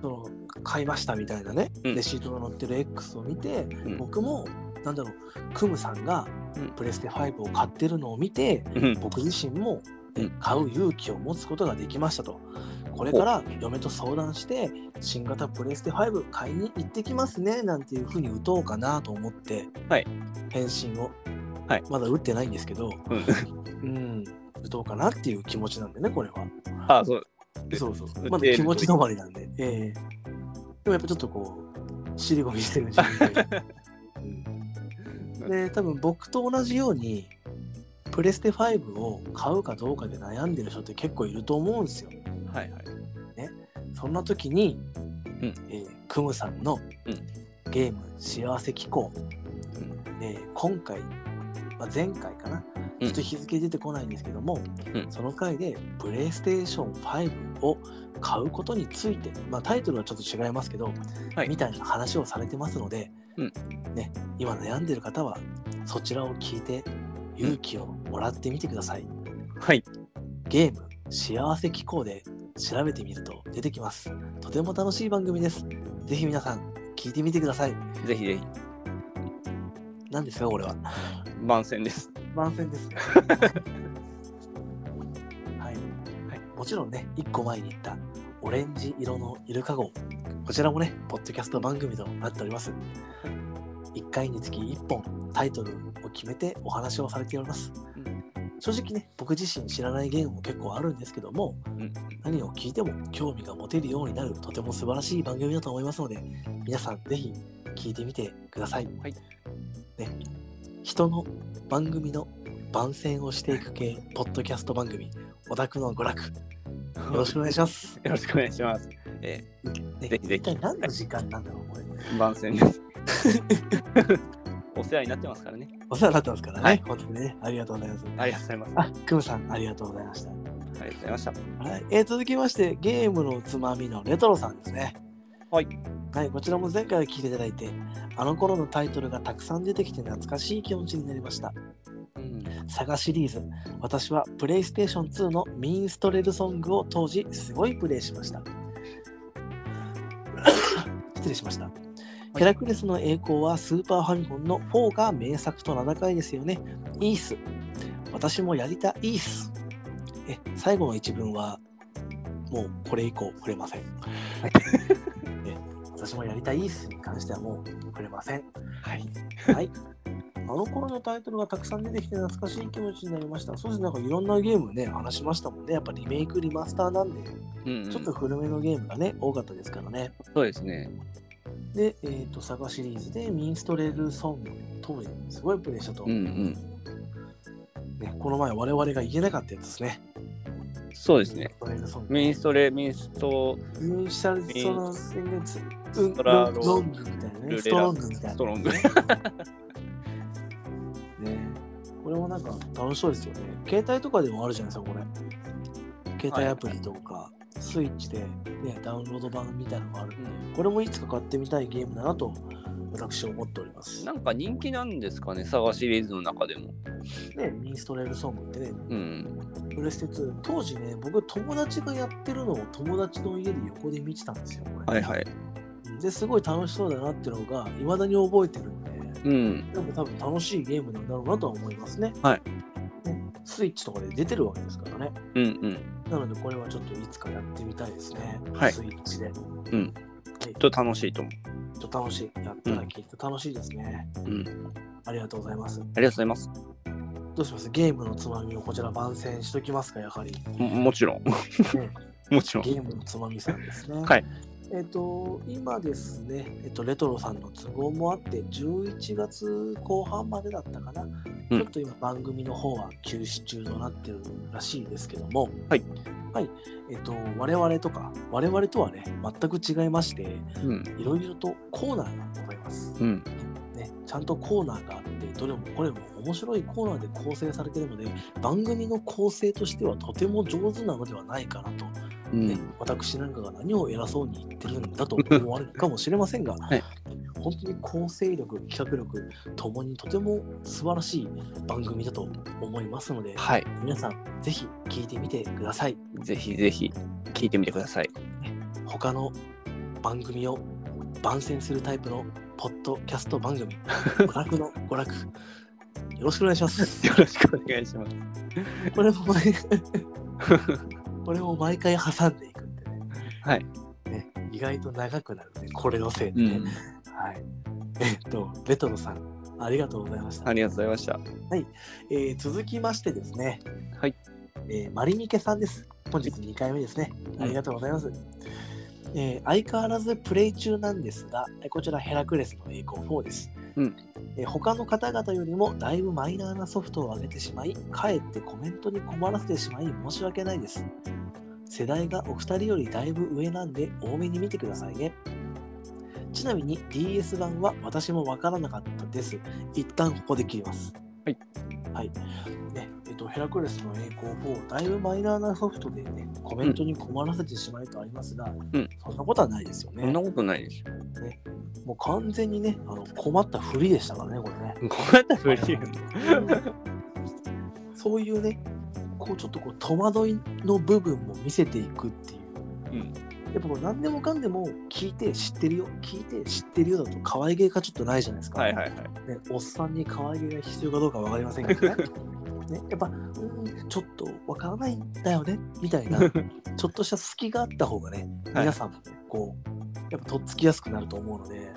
Speaker 1: その買いましたみたいなね、
Speaker 2: うん
Speaker 1: レシートが載ってる X を見て、
Speaker 2: ん
Speaker 1: 僕も、なんだろう、クムさんが
Speaker 2: うん
Speaker 1: プレステ5を買ってるのを見て、
Speaker 2: うん。
Speaker 1: 僕自身も
Speaker 2: うん
Speaker 1: 買う勇気を持つことができましたと。これから嫁と相談して新型プレステ5買いに行ってきますねなんていうふうに打とうかなと思って、
Speaker 2: はい
Speaker 1: 返信を、
Speaker 2: はい
Speaker 1: まだ打ってないんですけど、
Speaker 2: うん
Speaker 1: うん、打とうかなっていう気持ちなんでねこれは。
Speaker 2: あ、そう。で
Speaker 1: そうそう
Speaker 2: 打
Speaker 1: ま
Speaker 2: て
Speaker 1: だ
Speaker 2: る
Speaker 1: 気持ち止まりなんで。ええでもやっぱちょっとこう尻込みしてる自分がいるうんで多分僕と同じようにプレステ5を買うかどうかで悩んでる人って結構いると思うんですよ。
Speaker 2: はいはい。
Speaker 1: そんな時に、
Speaker 2: ん
Speaker 1: えークムさんの、
Speaker 2: うん
Speaker 1: ゲーム「幸せ機構」で今回、まあ、前回かなち
Speaker 2: うん
Speaker 1: ょっと日付出てこないんですけども、
Speaker 2: うん
Speaker 1: その回でプレイステーション5を買うことについて、まあ、タイトルはちょっと違いますけど、
Speaker 2: はい
Speaker 1: みたいな話をされてますので、
Speaker 2: うん
Speaker 1: ね、今悩んでる方はそちらを聞いて勇気をもらってみてください。
Speaker 2: はい。
Speaker 1: ゲーム幸せ機構で調べてみると出てきます。とても楽しい番組です。ぜひ皆さん聞いてみてください。
Speaker 2: ぜひぜひ、
Speaker 1: なんですか、これは。
Speaker 2: 番宣です。
Speaker 1: 万全です。 はい、もちろんね、1個前に言ったオレンジ色のイルカ号。こちらもね、ポッドキャスト番組となっております。1回につき1本タイトルを決めてお話をされております。
Speaker 2: うん
Speaker 1: 正直ね、僕自身知らないゲームも結構あるんですけども、
Speaker 2: ん
Speaker 1: 何を聞いても興味が持てるようになるとても素晴らしい番組だと思いますので、皆さんぜひ聞いてみてください。
Speaker 2: はい
Speaker 1: ね、人の番組の番宣をしていく系、ポッドキャスト番組、オタクの娯楽、よろしくお願いします。
Speaker 2: よろしくお願いします。
Speaker 1: ね
Speaker 2: ぜひぜひ
Speaker 1: 一体何の時間なんだろう、これ。
Speaker 2: 番宣です。 お世話になってますからね。
Speaker 1: お世話になってますからね、
Speaker 2: はい
Speaker 1: 本当にね、ありがとうございます。
Speaker 2: ありがとうございます。
Speaker 1: あ、クムさん、ありがとうございました。
Speaker 2: ありがとうございました。
Speaker 1: はい、えー続きましてゲームのつまみのレトロさんですね
Speaker 2: はい、
Speaker 1: はい、こちらも前回聞いていただいてあの頃のタイトルがたくさん出てきて懐かしい気持ちになりました
Speaker 2: うん、
Speaker 1: サガシリーズ私はプレイステーション2のミンストレルソングを当時すごいプレイしました 失礼しましたヘラクレスの栄光はスーパーファミコンの4が名作と名高いですよねイース私もやりたいイースえ最後の一文はもうこれ以降触れません え私もやりたいイースに関してはもう触れません
Speaker 2: はい。
Speaker 1: はい。あの頃のタイトルがたくさん出てきて懐かしい気持ちになりました。そうですね、なんかいろんなゲームね、話しましたもんね。やっぱリメイク、リマスターなんで、
Speaker 2: うん、
Speaker 1: ちょっと古めのゲームがね、多かったですからね。
Speaker 2: そうですね。
Speaker 1: で、えっ、と、サガシリーズでミンストレルソング、当時、すごいプレイしたと、
Speaker 2: うん
Speaker 1: ね。この前、我々が言えなかったやつですね。
Speaker 2: うん。そうです
Speaker 1: ミ
Speaker 2: ね
Speaker 1: ン。ストレルソング。
Speaker 2: ミンストレ、ミンスト
Speaker 1: ミンストレルソング、
Speaker 2: ストラロ
Speaker 1: ロングみたいなね、
Speaker 2: ル
Speaker 1: ス
Speaker 2: レ
Speaker 1: トロ
Speaker 2: ラ
Speaker 1: ングみたい
Speaker 2: ストロ ング。
Speaker 1: な。ね。これもなんか楽しそうですよね。携帯とかでもあるじゃないですか、これ。携帯アプリとか、スイッチで、ね、ダウンロード版みたいなのがある。これもいつか買ってみたいゲームだなと私は思っております。
Speaker 2: なんか人気なんですかね、サガシリーズの中でも。
Speaker 1: ね、ミンストレルソングってね、
Speaker 2: うん。
Speaker 1: プレステ2、当時ね、僕友達がやってるのを友達の家で横で見てたんですよ、これ。
Speaker 2: はいはい。
Speaker 1: で、すごい楽しそうだなっていうのが、いまだに覚えてるんで、
Speaker 2: うん。
Speaker 1: でも多分楽しいゲームなんだろうなとは思いますね。
Speaker 2: はい
Speaker 1: ね。スイッチとかで出てるわけですからね。
Speaker 2: うんうん。
Speaker 1: なので、これはちょっといつかやってみたいですね。
Speaker 2: はい
Speaker 1: スイッチで。
Speaker 2: ん
Speaker 1: はい
Speaker 2: ちょっと楽しいと思
Speaker 1: ちょっと楽しい。やったらきっと楽しいですね。
Speaker 2: う。うん。
Speaker 1: ありがとうございます。
Speaker 2: ありがとうございます。
Speaker 1: どうしますゲームのつまみをこちら番宣しときますか、やはり。
Speaker 2: ももちろん。 もちろん
Speaker 1: ゲ。ームのつまみさんですね。
Speaker 2: はい。
Speaker 1: えっ、と、今ですね、えっ、と、レトロさんの都合もあって、11月後半までだったかな。
Speaker 2: うん
Speaker 1: ちょっと今、番組の方は休止中となってるらしいですけども、
Speaker 2: はい。
Speaker 1: はい。えっ、と、我々とか、我々とはね、全く違いまして、
Speaker 2: うん。
Speaker 1: いろいろとコーナーがございます。
Speaker 2: うん。
Speaker 1: ね、ちゃんとコーナーがあってどれもこれも面白いコーナーで構成されているので番組の構成としてはとても上手なのではないかなと、
Speaker 2: う
Speaker 1: ね
Speaker 2: ん。
Speaker 1: 私なんかが何を偉そうに言ってるんだと思われるかもしれませんが、
Speaker 2: はい
Speaker 1: 本当に構成力企画力ともにとても素晴らしい番組だと思いますので
Speaker 2: はい。
Speaker 1: 皆さんぜひ聞いてみてください
Speaker 2: ぜひぜひ聞いてみてください。
Speaker 1: 他の番組を番宣するタイプのポッドキャスト番 組娯楽の娯楽よろしくお願いし ます
Speaker 2: よろしくお願いします。
Speaker 1: これも毎これも毎回挟んでいくんでね
Speaker 2: はい。
Speaker 1: ね意外と長くなるねこれのせいで
Speaker 2: う
Speaker 1: ね、
Speaker 2: ん。
Speaker 1: はい えっとレトロさんありがとうございました、
Speaker 2: ありがとうございました。
Speaker 1: えー続きましてですね
Speaker 2: はい。
Speaker 1: えーマリミケさんです。本日2回目ですね。
Speaker 2: うん
Speaker 1: ありがとうございます。えー相変わらずプレイ中なんですが、えーこちらヘラクレスの栄光4です。
Speaker 2: うん
Speaker 1: えー他の方々よりもだいぶマイナーなソフトを上げてしまい、かえってコメントに困らせてしまい申し訳ないです。世代がお二人よりだいぶ上なんで多めに見てくださいね。ちちなみに DS 版は私もわからなかったです。一旦ここで切ります。
Speaker 2: はい。
Speaker 1: はい。ね、えっと、ヘラクレスの栄光4、だいぶマイナーなソフトでね、コメントに困らせてしまいとありますが、
Speaker 2: うん
Speaker 1: そんなことはないですよ
Speaker 2: そん
Speaker 1: ね
Speaker 2: な。ことないですよ。
Speaker 1: もう完全にね、あの困ったふりでしたからね、これね。
Speaker 2: こうやったら不利
Speaker 1: そういうね、こうちょっとこう戸惑いの部分も見せていくっていう。
Speaker 2: うん
Speaker 1: やっぱこう何でもかんでも聞いて知ってるよ、聞いて知ってるよだと可愛げがちょっとないじゃないですか。
Speaker 2: はいはいはい。
Speaker 1: ね、おっさんに可愛げが必要かどうかわかりませんけど ね。ね、やっぱ、うん、ちょっとわからないんだよねみたい な、ちょっとした隙があった方がね、
Speaker 2: はい
Speaker 1: 皆さんもねこう、やっぱとっつきやすくなると思うので、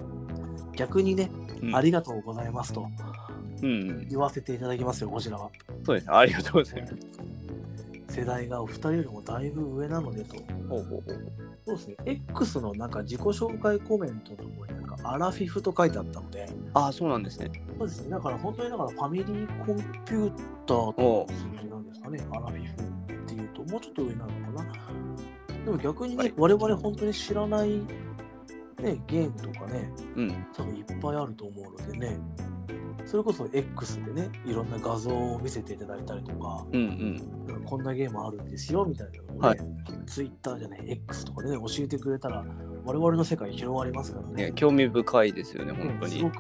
Speaker 1: 逆にね、
Speaker 2: うん
Speaker 1: ありがとうございますと
Speaker 2: うん、
Speaker 1: 言わせていただきますよ、こちらは。
Speaker 2: そうですね。ありがとうございます。
Speaker 1: 世代がお二人よりもだいぶ上なのでと。
Speaker 2: ほうほうほう
Speaker 1: そうですね、X のなんか自己紹介コメントのところになんかアラフィフと書いてあったので、
Speaker 2: ああ、そうなんですね。
Speaker 1: そうですね、だから本当にだからファミリーコンピューターと
Speaker 2: おう
Speaker 1: 数字なんですかね、アラフィフっていうと、もうちょっと上なのかな。でも逆にね、
Speaker 2: はい
Speaker 1: 我々本当に知らない、ね、ゲームとかね、
Speaker 2: うん。
Speaker 1: 多分いっぱいあると思うのでね、それこそ X でね、いろんな画像を見せていただいたりとか、
Speaker 2: うんうん。
Speaker 1: こんなゲームあるんですよみたいなのをね、
Speaker 2: はい
Speaker 1: Twitter じゃない X とかでね教えてくれたら我々の世界広がりますからね
Speaker 2: ね、興味深いですよね、
Speaker 1: うん
Speaker 2: 本当
Speaker 1: す
Speaker 2: に
Speaker 1: ご。く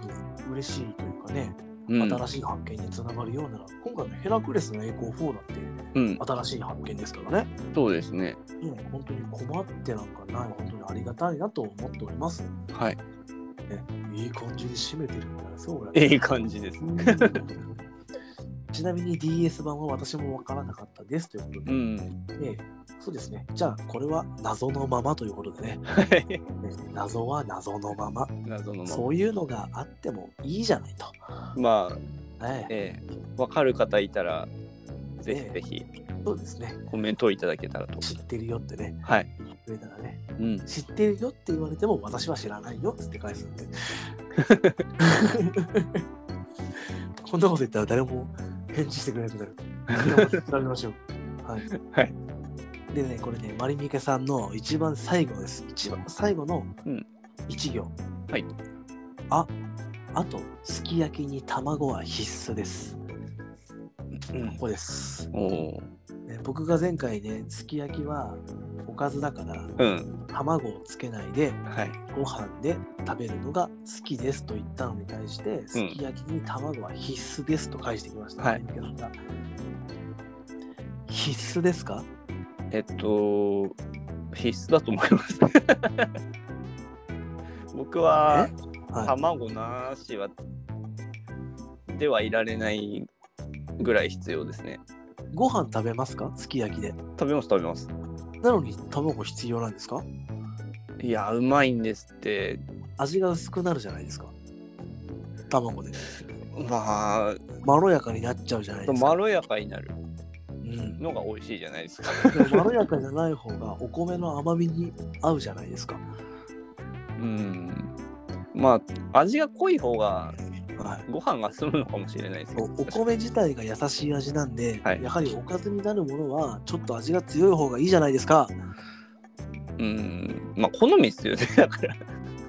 Speaker 1: 嬉しいというかね、
Speaker 2: うん。
Speaker 1: 新しい発見につながるようなら今回のヘラクレスの栄光4だって
Speaker 2: うん。
Speaker 1: 新しい発見ですからね、
Speaker 2: そうですね。
Speaker 1: うん、本当に困ってなんかない本当にありがたいなと思っております、ね、
Speaker 2: はい。
Speaker 1: いい感じに締めてるからそうだね
Speaker 2: いい感じです。
Speaker 1: ちなみに DS 版は私もわからなかったですということで、
Speaker 2: うん。
Speaker 1: ええ、そうですね。じゃあ、これは謎のままということでね。ええ謎は謎のまま。
Speaker 2: 謎のま
Speaker 1: そういうのがあってもいいじゃないと。
Speaker 2: ま。まあ、
Speaker 1: ええ、
Speaker 2: ええわかる方いたら、ぜひぜひ
Speaker 1: そうですね。
Speaker 2: コメントをいただけたらと。
Speaker 1: 知ってるよってね、
Speaker 2: はい。
Speaker 1: 言ってくれたらね。
Speaker 2: うん。
Speaker 1: 知ってるよって言われても、私は知らないよっつって返す んで。こんなこと言ったら誰も返事してくれなくなる。調べましょう。はい。
Speaker 2: はい。
Speaker 1: でね、これね、マリミケさんの一番最後です。一番最後の
Speaker 2: うん
Speaker 1: 一行。
Speaker 2: はい。
Speaker 1: あ、あと、すき焼きに卵は必須です。
Speaker 2: うん
Speaker 1: こ。こです。
Speaker 2: おお。
Speaker 1: ね、僕が前回ね、すき焼きはおかずだから、
Speaker 2: うん。
Speaker 1: 卵をつけないで、
Speaker 2: はい。
Speaker 1: ご飯で食べるのが好きですと言ったのに対して、すき焼きに卵は必須ですと返してきました、
Speaker 2: は
Speaker 1: マ
Speaker 2: い
Speaker 1: リミケさんが必須ですか
Speaker 2: えっと、必須だと思います。 僕は
Speaker 1: は
Speaker 2: 卵なしは、ではいられないぐらい必要ですね。
Speaker 1: い。ご飯食べますかすき焼きで。
Speaker 2: 食べます食べます。
Speaker 1: なのに卵必要なんですか
Speaker 2: いや、うまいんですって。
Speaker 1: 味が薄くなるじゃないですか。卵で。
Speaker 2: まあ、
Speaker 1: まろやかになっちゃうじゃないですか。
Speaker 2: まろやかになる
Speaker 1: うん、
Speaker 2: のが美味しいじゃないですか。
Speaker 1: でもまろやかじゃない方がお米の甘みに合うじゃないですか。
Speaker 2: うん。まあ、味が濃い方が
Speaker 1: はい
Speaker 2: ご飯が進むのかもしれないですけ
Speaker 1: お
Speaker 2: ど。
Speaker 1: お米自体が優しい味なんで、
Speaker 2: はい
Speaker 1: やはりおかずになるものはちょっと味が強い方がいいじゃないですか。
Speaker 2: うん。まあ、好みですよね。だから。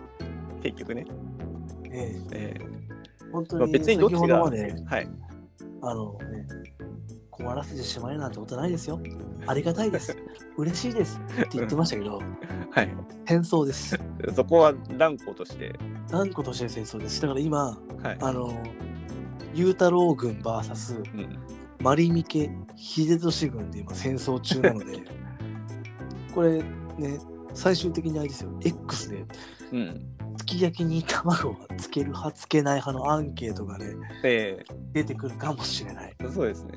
Speaker 2: 結局ね。
Speaker 1: ええ
Speaker 2: ええ
Speaker 1: 本当
Speaker 2: まあ
Speaker 1: に
Speaker 2: 別にどっち
Speaker 1: 先
Speaker 2: が
Speaker 1: ほどまで
Speaker 2: はい。
Speaker 1: あの、ね、困らせてしまえなんてことないですよ。ありがたいです。 嬉しいですって言ってましたけど、
Speaker 2: はい。
Speaker 1: 変装です。
Speaker 2: そこは断固として。
Speaker 1: 何個として戦争です。だから今、
Speaker 2: はい。
Speaker 1: あの、ゆうたろう軍 VS
Speaker 2: うん。
Speaker 1: マリミケ秀俊軍で今戦争中なの で、これね、最終的にあれですよ、X で、
Speaker 2: うん。
Speaker 1: すき焼きに卵はつける派、つけない派のアンケートがね、
Speaker 2: え
Speaker 1: 出てくるかもしれない。
Speaker 2: えそうですね。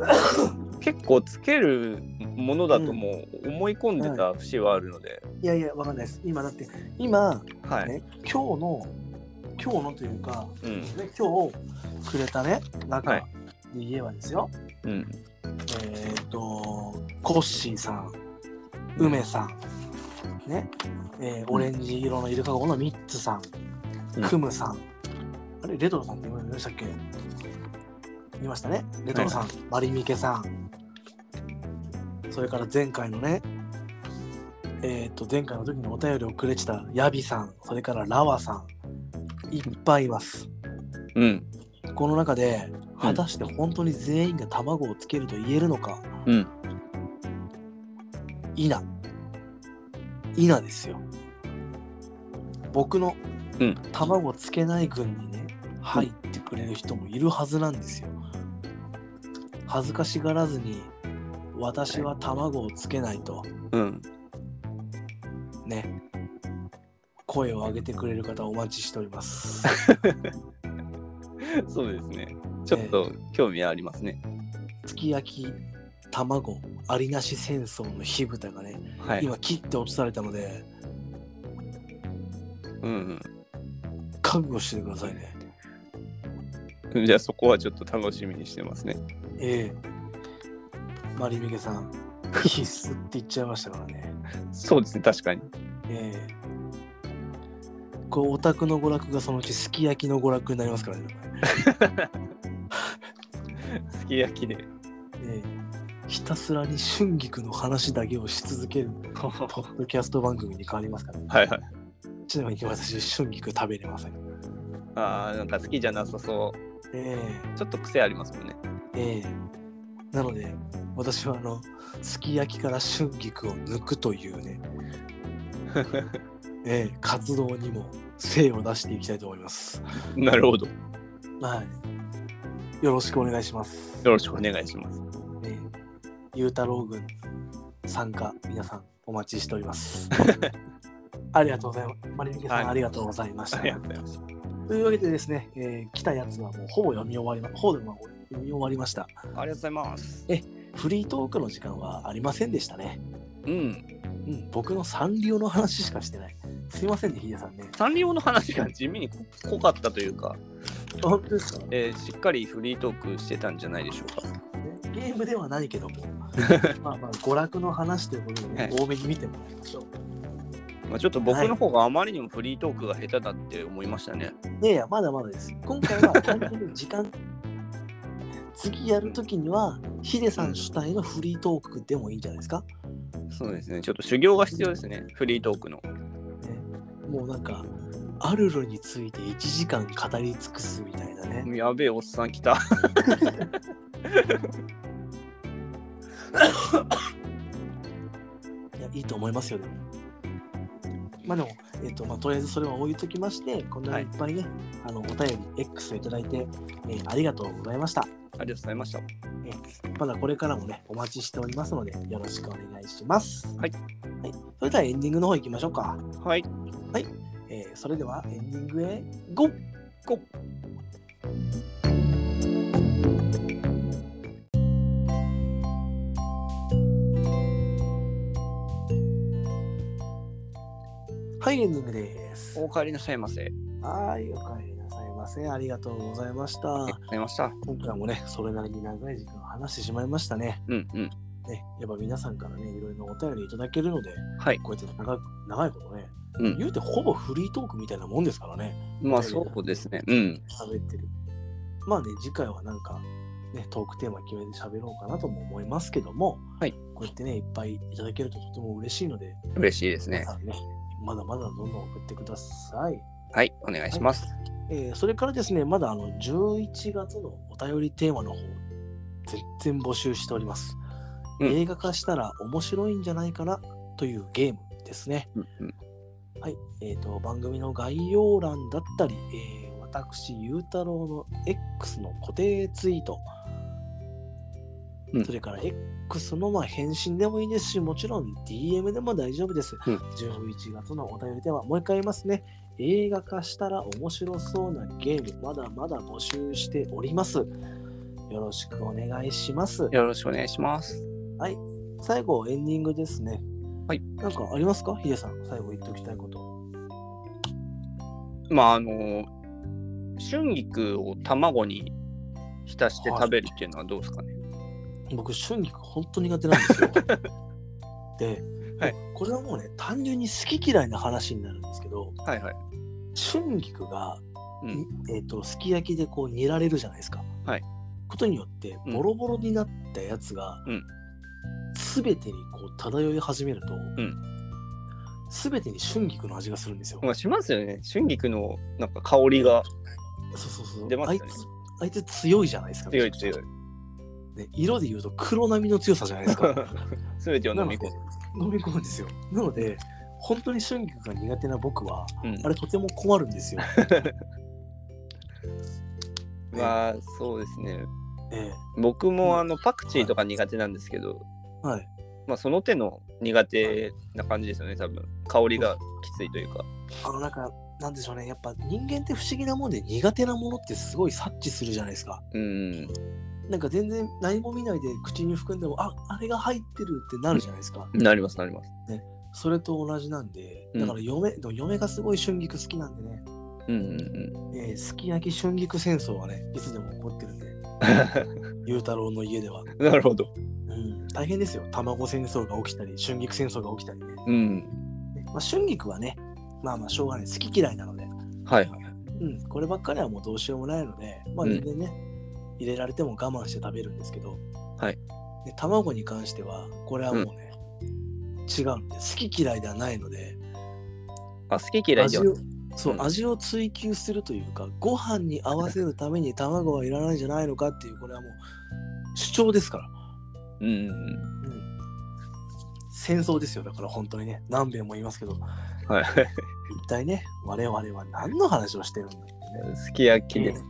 Speaker 2: 結構つけるものだともう思い込んでた節はあるので、
Speaker 1: いやいや、わかんないです。今だって、今、
Speaker 2: はい。
Speaker 1: ね、今日の、今日のというか、
Speaker 2: うん。
Speaker 1: ね、今日くれたね、中
Speaker 2: はい
Speaker 1: で言えばですよ、
Speaker 2: うん。
Speaker 1: えっ、と、コッシーさん、梅さん、ね、えーオレンジ色のイルカ号のミッツさん、
Speaker 2: うん
Speaker 1: クムさん、あれ、レトロさんって言いましたっけ言いましたね。レトロさん、マリミケさん、それから前回のね、えっ、と、前回の時にお便りをくれてたヤビさん、それからラワさん、いっぱいいます。
Speaker 2: うん。
Speaker 1: この中で、果たして本当に全員が卵をつけると言えるのか、
Speaker 2: うん。
Speaker 1: 否。否ですよ。僕の
Speaker 2: うん
Speaker 1: 卵つけない軍にね、入ってくれる人もいるはずなんですよ。恥ずかしがらずに、私は卵をつけないと、
Speaker 2: うん。
Speaker 1: ね、声を上げてくれる方お待ちしております。
Speaker 2: そうですね。ちょっと興味ありますね。
Speaker 1: すき焼き卵ありなし戦争の火蓋がね、
Speaker 2: はい。
Speaker 1: 今切って落とされたので
Speaker 2: うん、
Speaker 1: 覚悟してくださいね
Speaker 2: うん。 じゃあそこはちょっと楽しみにしてますね。
Speaker 1: ええマリミケさん必須って言っちゃいましたからね
Speaker 2: そうですね、確かに。
Speaker 1: ええこうオタクの娯楽がそのうちすき焼きの娯楽になりますからね、
Speaker 2: すき焼きで。
Speaker 1: ええひたすらに春菊の話だけをし続 けるポッドキャスト番組に変わりますから、
Speaker 2: はいはい。
Speaker 1: ちなみに私春菊食べれません
Speaker 2: ああ、なんか好きじゃなさそ
Speaker 1: ええ
Speaker 2: う。ちょっと癖ありますもんね。
Speaker 1: ええなので私はあのすき焼きから春菊を抜くという ね、ええ活動にも精を出していきたいと思います
Speaker 2: なるほど。よ
Speaker 1: はいよろしくお願いします、
Speaker 2: ろしくお願いします。
Speaker 1: ええゆうたろう軍参加皆さんお待ちしております ありがとうございますマリミケさん、
Speaker 2: はい
Speaker 1: ありがとうございました
Speaker 2: ありがとうございます。
Speaker 1: というわけでですね、ええ来たやつはもうほぼ読み終わりまほぼ読み終わりました
Speaker 2: ありがとうございます。
Speaker 1: フリートークの時間はありませんでしたね
Speaker 2: うん。
Speaker 1: うん、僕のサンリオの話しかしてない。すいませんね、ヒデさんね。
Speaker 2: サンリオの話が地味に濃かったというか、
Speaker 1: 本当ですか
Speaker 2: えーしっかりフリートークしてたんじゃないでしょうか。
Speaker 1: ゲームではないけど も、まあまあ、娯楽の話ということで、ね
Speaker 2: はい
Speaker 1: 多めに見てもらいましょう。
Speaker 2: まあ、ちょっと僕の方があまりにもフリートークが下手だって思いましたね。
Speaker 1: いやいや、まだまだです。今回は単純に時間。 次やるときには、ヒデさん主体のフリートークでもいいんじゃないですか、
Speaker 2: そうですね。ちょっと修行が必要ですね。フリートークの。
Speaker 1: ねもうなんか、アルルについて1時間語り尽くすみたいなね。
Speaker 2: やべえ、おっさん来た。
Speaker 1: いや、いいと思いますよ、でも。まあでも、えっ、と、まあ、とりあえずそれは置いときまして、こんなにいっぱいね、あの、お便り、X をいただいて、えーありがとうございました。
Speaker 2: ありがとうございました。
Speaker 1: えーまだこれからもね、お待ちしておりますので、よろしくお願いします。
Speaker 2: はい
Speaker 1: はい。それではエンディングの方行きましょうか。
Speaker 2: はい。
Speaker 1: えーそれではエンディングへ、ゴー
Speaker 2: ゴー
Speaker 1: はい、エンディングです。
Speaker 2: お帰りなさいませ。あり
Speaker 1: はい、お帰りなさいませ。ありがとうございました
Speaker 2: が。とうございました。
Speaker 1: 今回もね、それなりに長い時間話してしまいましたね。
Speaker 2: うんうん。
Speaker 1: ね、やっぱ皆さんからね、いろいろお便りいただけるので、
Speaker 2: はい
Speaker 1: こうやって長く長いことね、
Speaker 2: うん
Speaker 1: 言うてほぼフリートークみたいなもんですからね、
Speaker 2: まあそうですね。うん。
Speaker 1: 喋ってる。まあね、次回はなんか、ね、トークテーマ決めて喋ろうかなとも思いますけども、
Speaker 2: はい
Speaker 1: こうやってね、いっぱいいただけるととても嬉しいので、
Speaker 2: 嬉しいです
Speaker 1: 皆
Speaker 2: ね。
Speaker 1: さんね、まだまだどんどん送ってください。
Speaker 2: はい。お願いします。
Speaker 1: えーそれからですね、まだあの11月のお便りテーマの方、全然募集しております。
Speaker 2: うん
Speaker 1: 映画化したら面白いんじゃないかなというゲームですね。
Speaker 2: うんうん
Speaker 1: はい。えっ、と、番組の概要欄だったり、えー私、ゆうたろうの X の固定ツイート、
Speaker 2: うん
Speaker 1: それから X のまあ返信でもいいですし、もちろん DM でも大丈夫です。
Speaker 2: うん
Speaker 1: 11月のお便りテーマ、もう一回言いますね。映画化したら面白そうなゲームまだまだ募集しております。よろしくお願いします。
Speaker 2: よろしくお願いします。
Speaker 1: 最後エンディングですね。
Speaker 2: はい。
Speaker 1: なんかありますかヒデさん、最後言っておきたいこと。
Speaker 2: まああの、春菊を卵に浸して食べるっていうのはどうですかね。
Speaker 1: 僕、春菊本当苦手なんです よ。で、
Speaker 2: はい
Speaker 1: これはもうね、単純に好き嫌いな話になるんですけど、
Speaker 2: はいはい。
Speaker 1: 春菊が、
Speaker 2: うん
Speaker 1: いえっ、と、すき焼きでこう煮られるじゃないですか。
Speaker 2: はい
Speaker 1: ことによって、
Speaker 2: うん
Speaker 1: ボロボロになったやつが、
Speaker 2: うん
Speaker 1: すべてにこう漂い始めると、全てに春菊の味がするんですよ。
Speaker 2: まあ、しますよね。春菊のなんか香りが
Speaker 1: そうそうそう。
Speaker 2: 出ます
Speaker 1: あい
Speaker 2: よね
Speaker 1: つ、あいつ強いじゃないですか。
Speaker 2: 強い強い
Speaker 1: い。。で色で言うと黒波の強さじゃないですか。
Speaker 2: 全てを飲み込む。
Speaker 1: 飲み込むんですよ。なので、本当に春菊が苦手な僕は、
Speaker 2: うん
Speaker 1: あれとても困るんですよ。
Speaker 2: まあ そうですね。
Speaker 1: ええ
Speaker 2: 僕もあのパクチーとか苦手なんですけど、
Speaker 1: はい。
Speaker 2: まあその手の苦手な感じですよね、多分。香りがきついというか。
Speaker 1: あの、なんか、なんでしょうね。やっぱ人間って不思議なもんで苦手なものってすごい察知するじゃないですか。
Speaker 2: うん。
Speaker 1: なんか全然何も見ないで口に含んでも、あ、あれが入ってるってなるじゃないですか。
Speaker 2: なりますなります。
Speaker 1: それと同じなんで、
Speaker 2: うん
Speaker 1: だから嫁、でも嫁がすごい春菊好きなんでね、
Speaker 2: うんうん
Speaker 1: えーすき焼き春菊戦争はね、いつでも起こってるんで、ゆうたろうの家では。
Speaker 2: うん。なるほど。
Speaker 1: うん、大変ですよ。卵戦争が起きたり、春菊戦争が起きたりね。
Speaker 2: うん。
Speaker 1: ねまあ、春菊はね、まあまあしょうがない。好き嫌いなので、
Speaker 2: はいはい。
Speaker 1: うん、こればっかりはもうどうしようもないので、まあ
Speaker 2: うん
Speaker 1: 全然ね、入れられても我慢して食べるんですけど、
Speaker 2: はい
Speaker 1: で卵に関しては、これはもうね、違うんで、好き嫌いではないので、
Speaker 2: あ、好き嫌いで
Speaker 1: 味
Speaker 2: は
Speaker 1: をそう、
Speaker 2: うん
Speaker 1: 味を追求するというかご飯に合わせるために卵はいらないんじゃないのかっていうこれはもう主張ですから、
Speaker 2: うんうん
Speaker 1: うん、戦争ですよだから本当にね何遍も言いますけど
Speaker 2: うん。はい。
Speaker 1: 一体ね我々は何の話をしてるんだってね
Speaker 2: すき焼きです。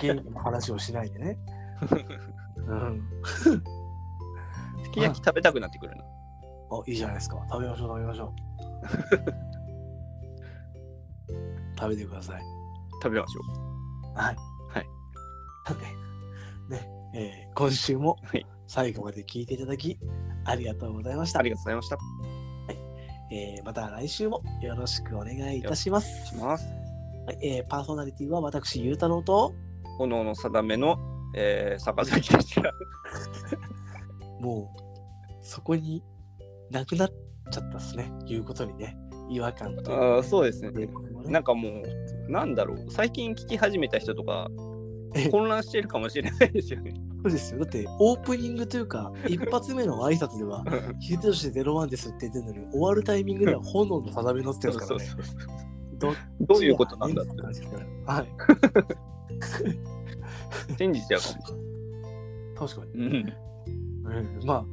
Speaker 1: ゲームの話をしないでね、うん、
Speaker 2: すき焼き食べたくなってくるな。
Speaker 1: あいいじゃないですか食べましょう食べましょう食べてください
Speaker 2: 食べましょ
Speaker 1: はい。
Speaker 2: はい。
Speaker 1: なんで、ね、えー今週も
Speaker 2: はい
Speaker 1: 最後まで聞いていただき、ありがとうございまし
Speaker 2: う。
Speaker 1: た。
Speaker 2: ありがとうございました。
Speaker 1: えーまた来週もよろしくお願いいたします。
Speaker 2: します。
Speaker 1: はいえーパーソナリティは私、ゆうたろうと、
Speaker 2: 炎の定めの、えー、坂崎で した。
Speaker 1: もう、そこになくなっちゃったですね。いうことにね、違和感という
Speaker 2: ああ、そうですね。なん
Speaker 1: か
Speaker 2: かもう、なんだろう、最近聞き始めた人とか
Speaker 1: ええ、
Speaker 2: 混乱してるかもしれないですよね。
Speaker 1: そうですよ。だって、オープニングというか、一発目の挨拶では、ヒデとして01ですって言ってるのに、終わるタイミングでは炎の定めのって
Speaker 2: そ
Speaker 1: やつ
Speaker 2: う
Speaker 1: か
Speaker 2: そう
Speaker 1: らね。
Speaker 2: そう
Speaker 1: ど
Speaker 2: どういうことなんだって
Speaker 1: はい。
Speaker 2: 信じちゃうかも。
Speaker 1: 確かに。
Speaker 2: うん、
Speaker 1: うんまあ、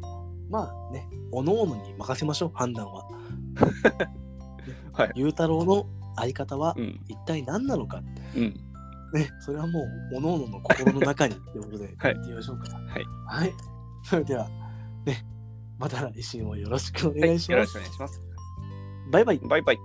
Speaker 1: まあね、おのおのに任せましょう、判断は。
Speaker 2: はい。
Speaker 1: ゆうたろうの相方は
Speaker 2: うん、
Speaker 1: 一体何なのか、
Speaker 2: うん、
Speaker 1: ね、それはもう、おのおのの心の中にということで、
Speaker 2: はい
Speaker 1: やってみましょうか。
Speaker 2: はい。
Speaker 1: はい。それでは、ね、また来週もよろしくお
Speaker 2: はい。
Speaker 1: 願
Speaker 2: よ
Speaker 1: い
Speaker 2: ろ
Speaker 1: し
Speaker 2: し
Speaker 1: ます。
Speaker 2: くお願いします。
Speaker 1: バイバイ。
Speaker 2: バイバイ。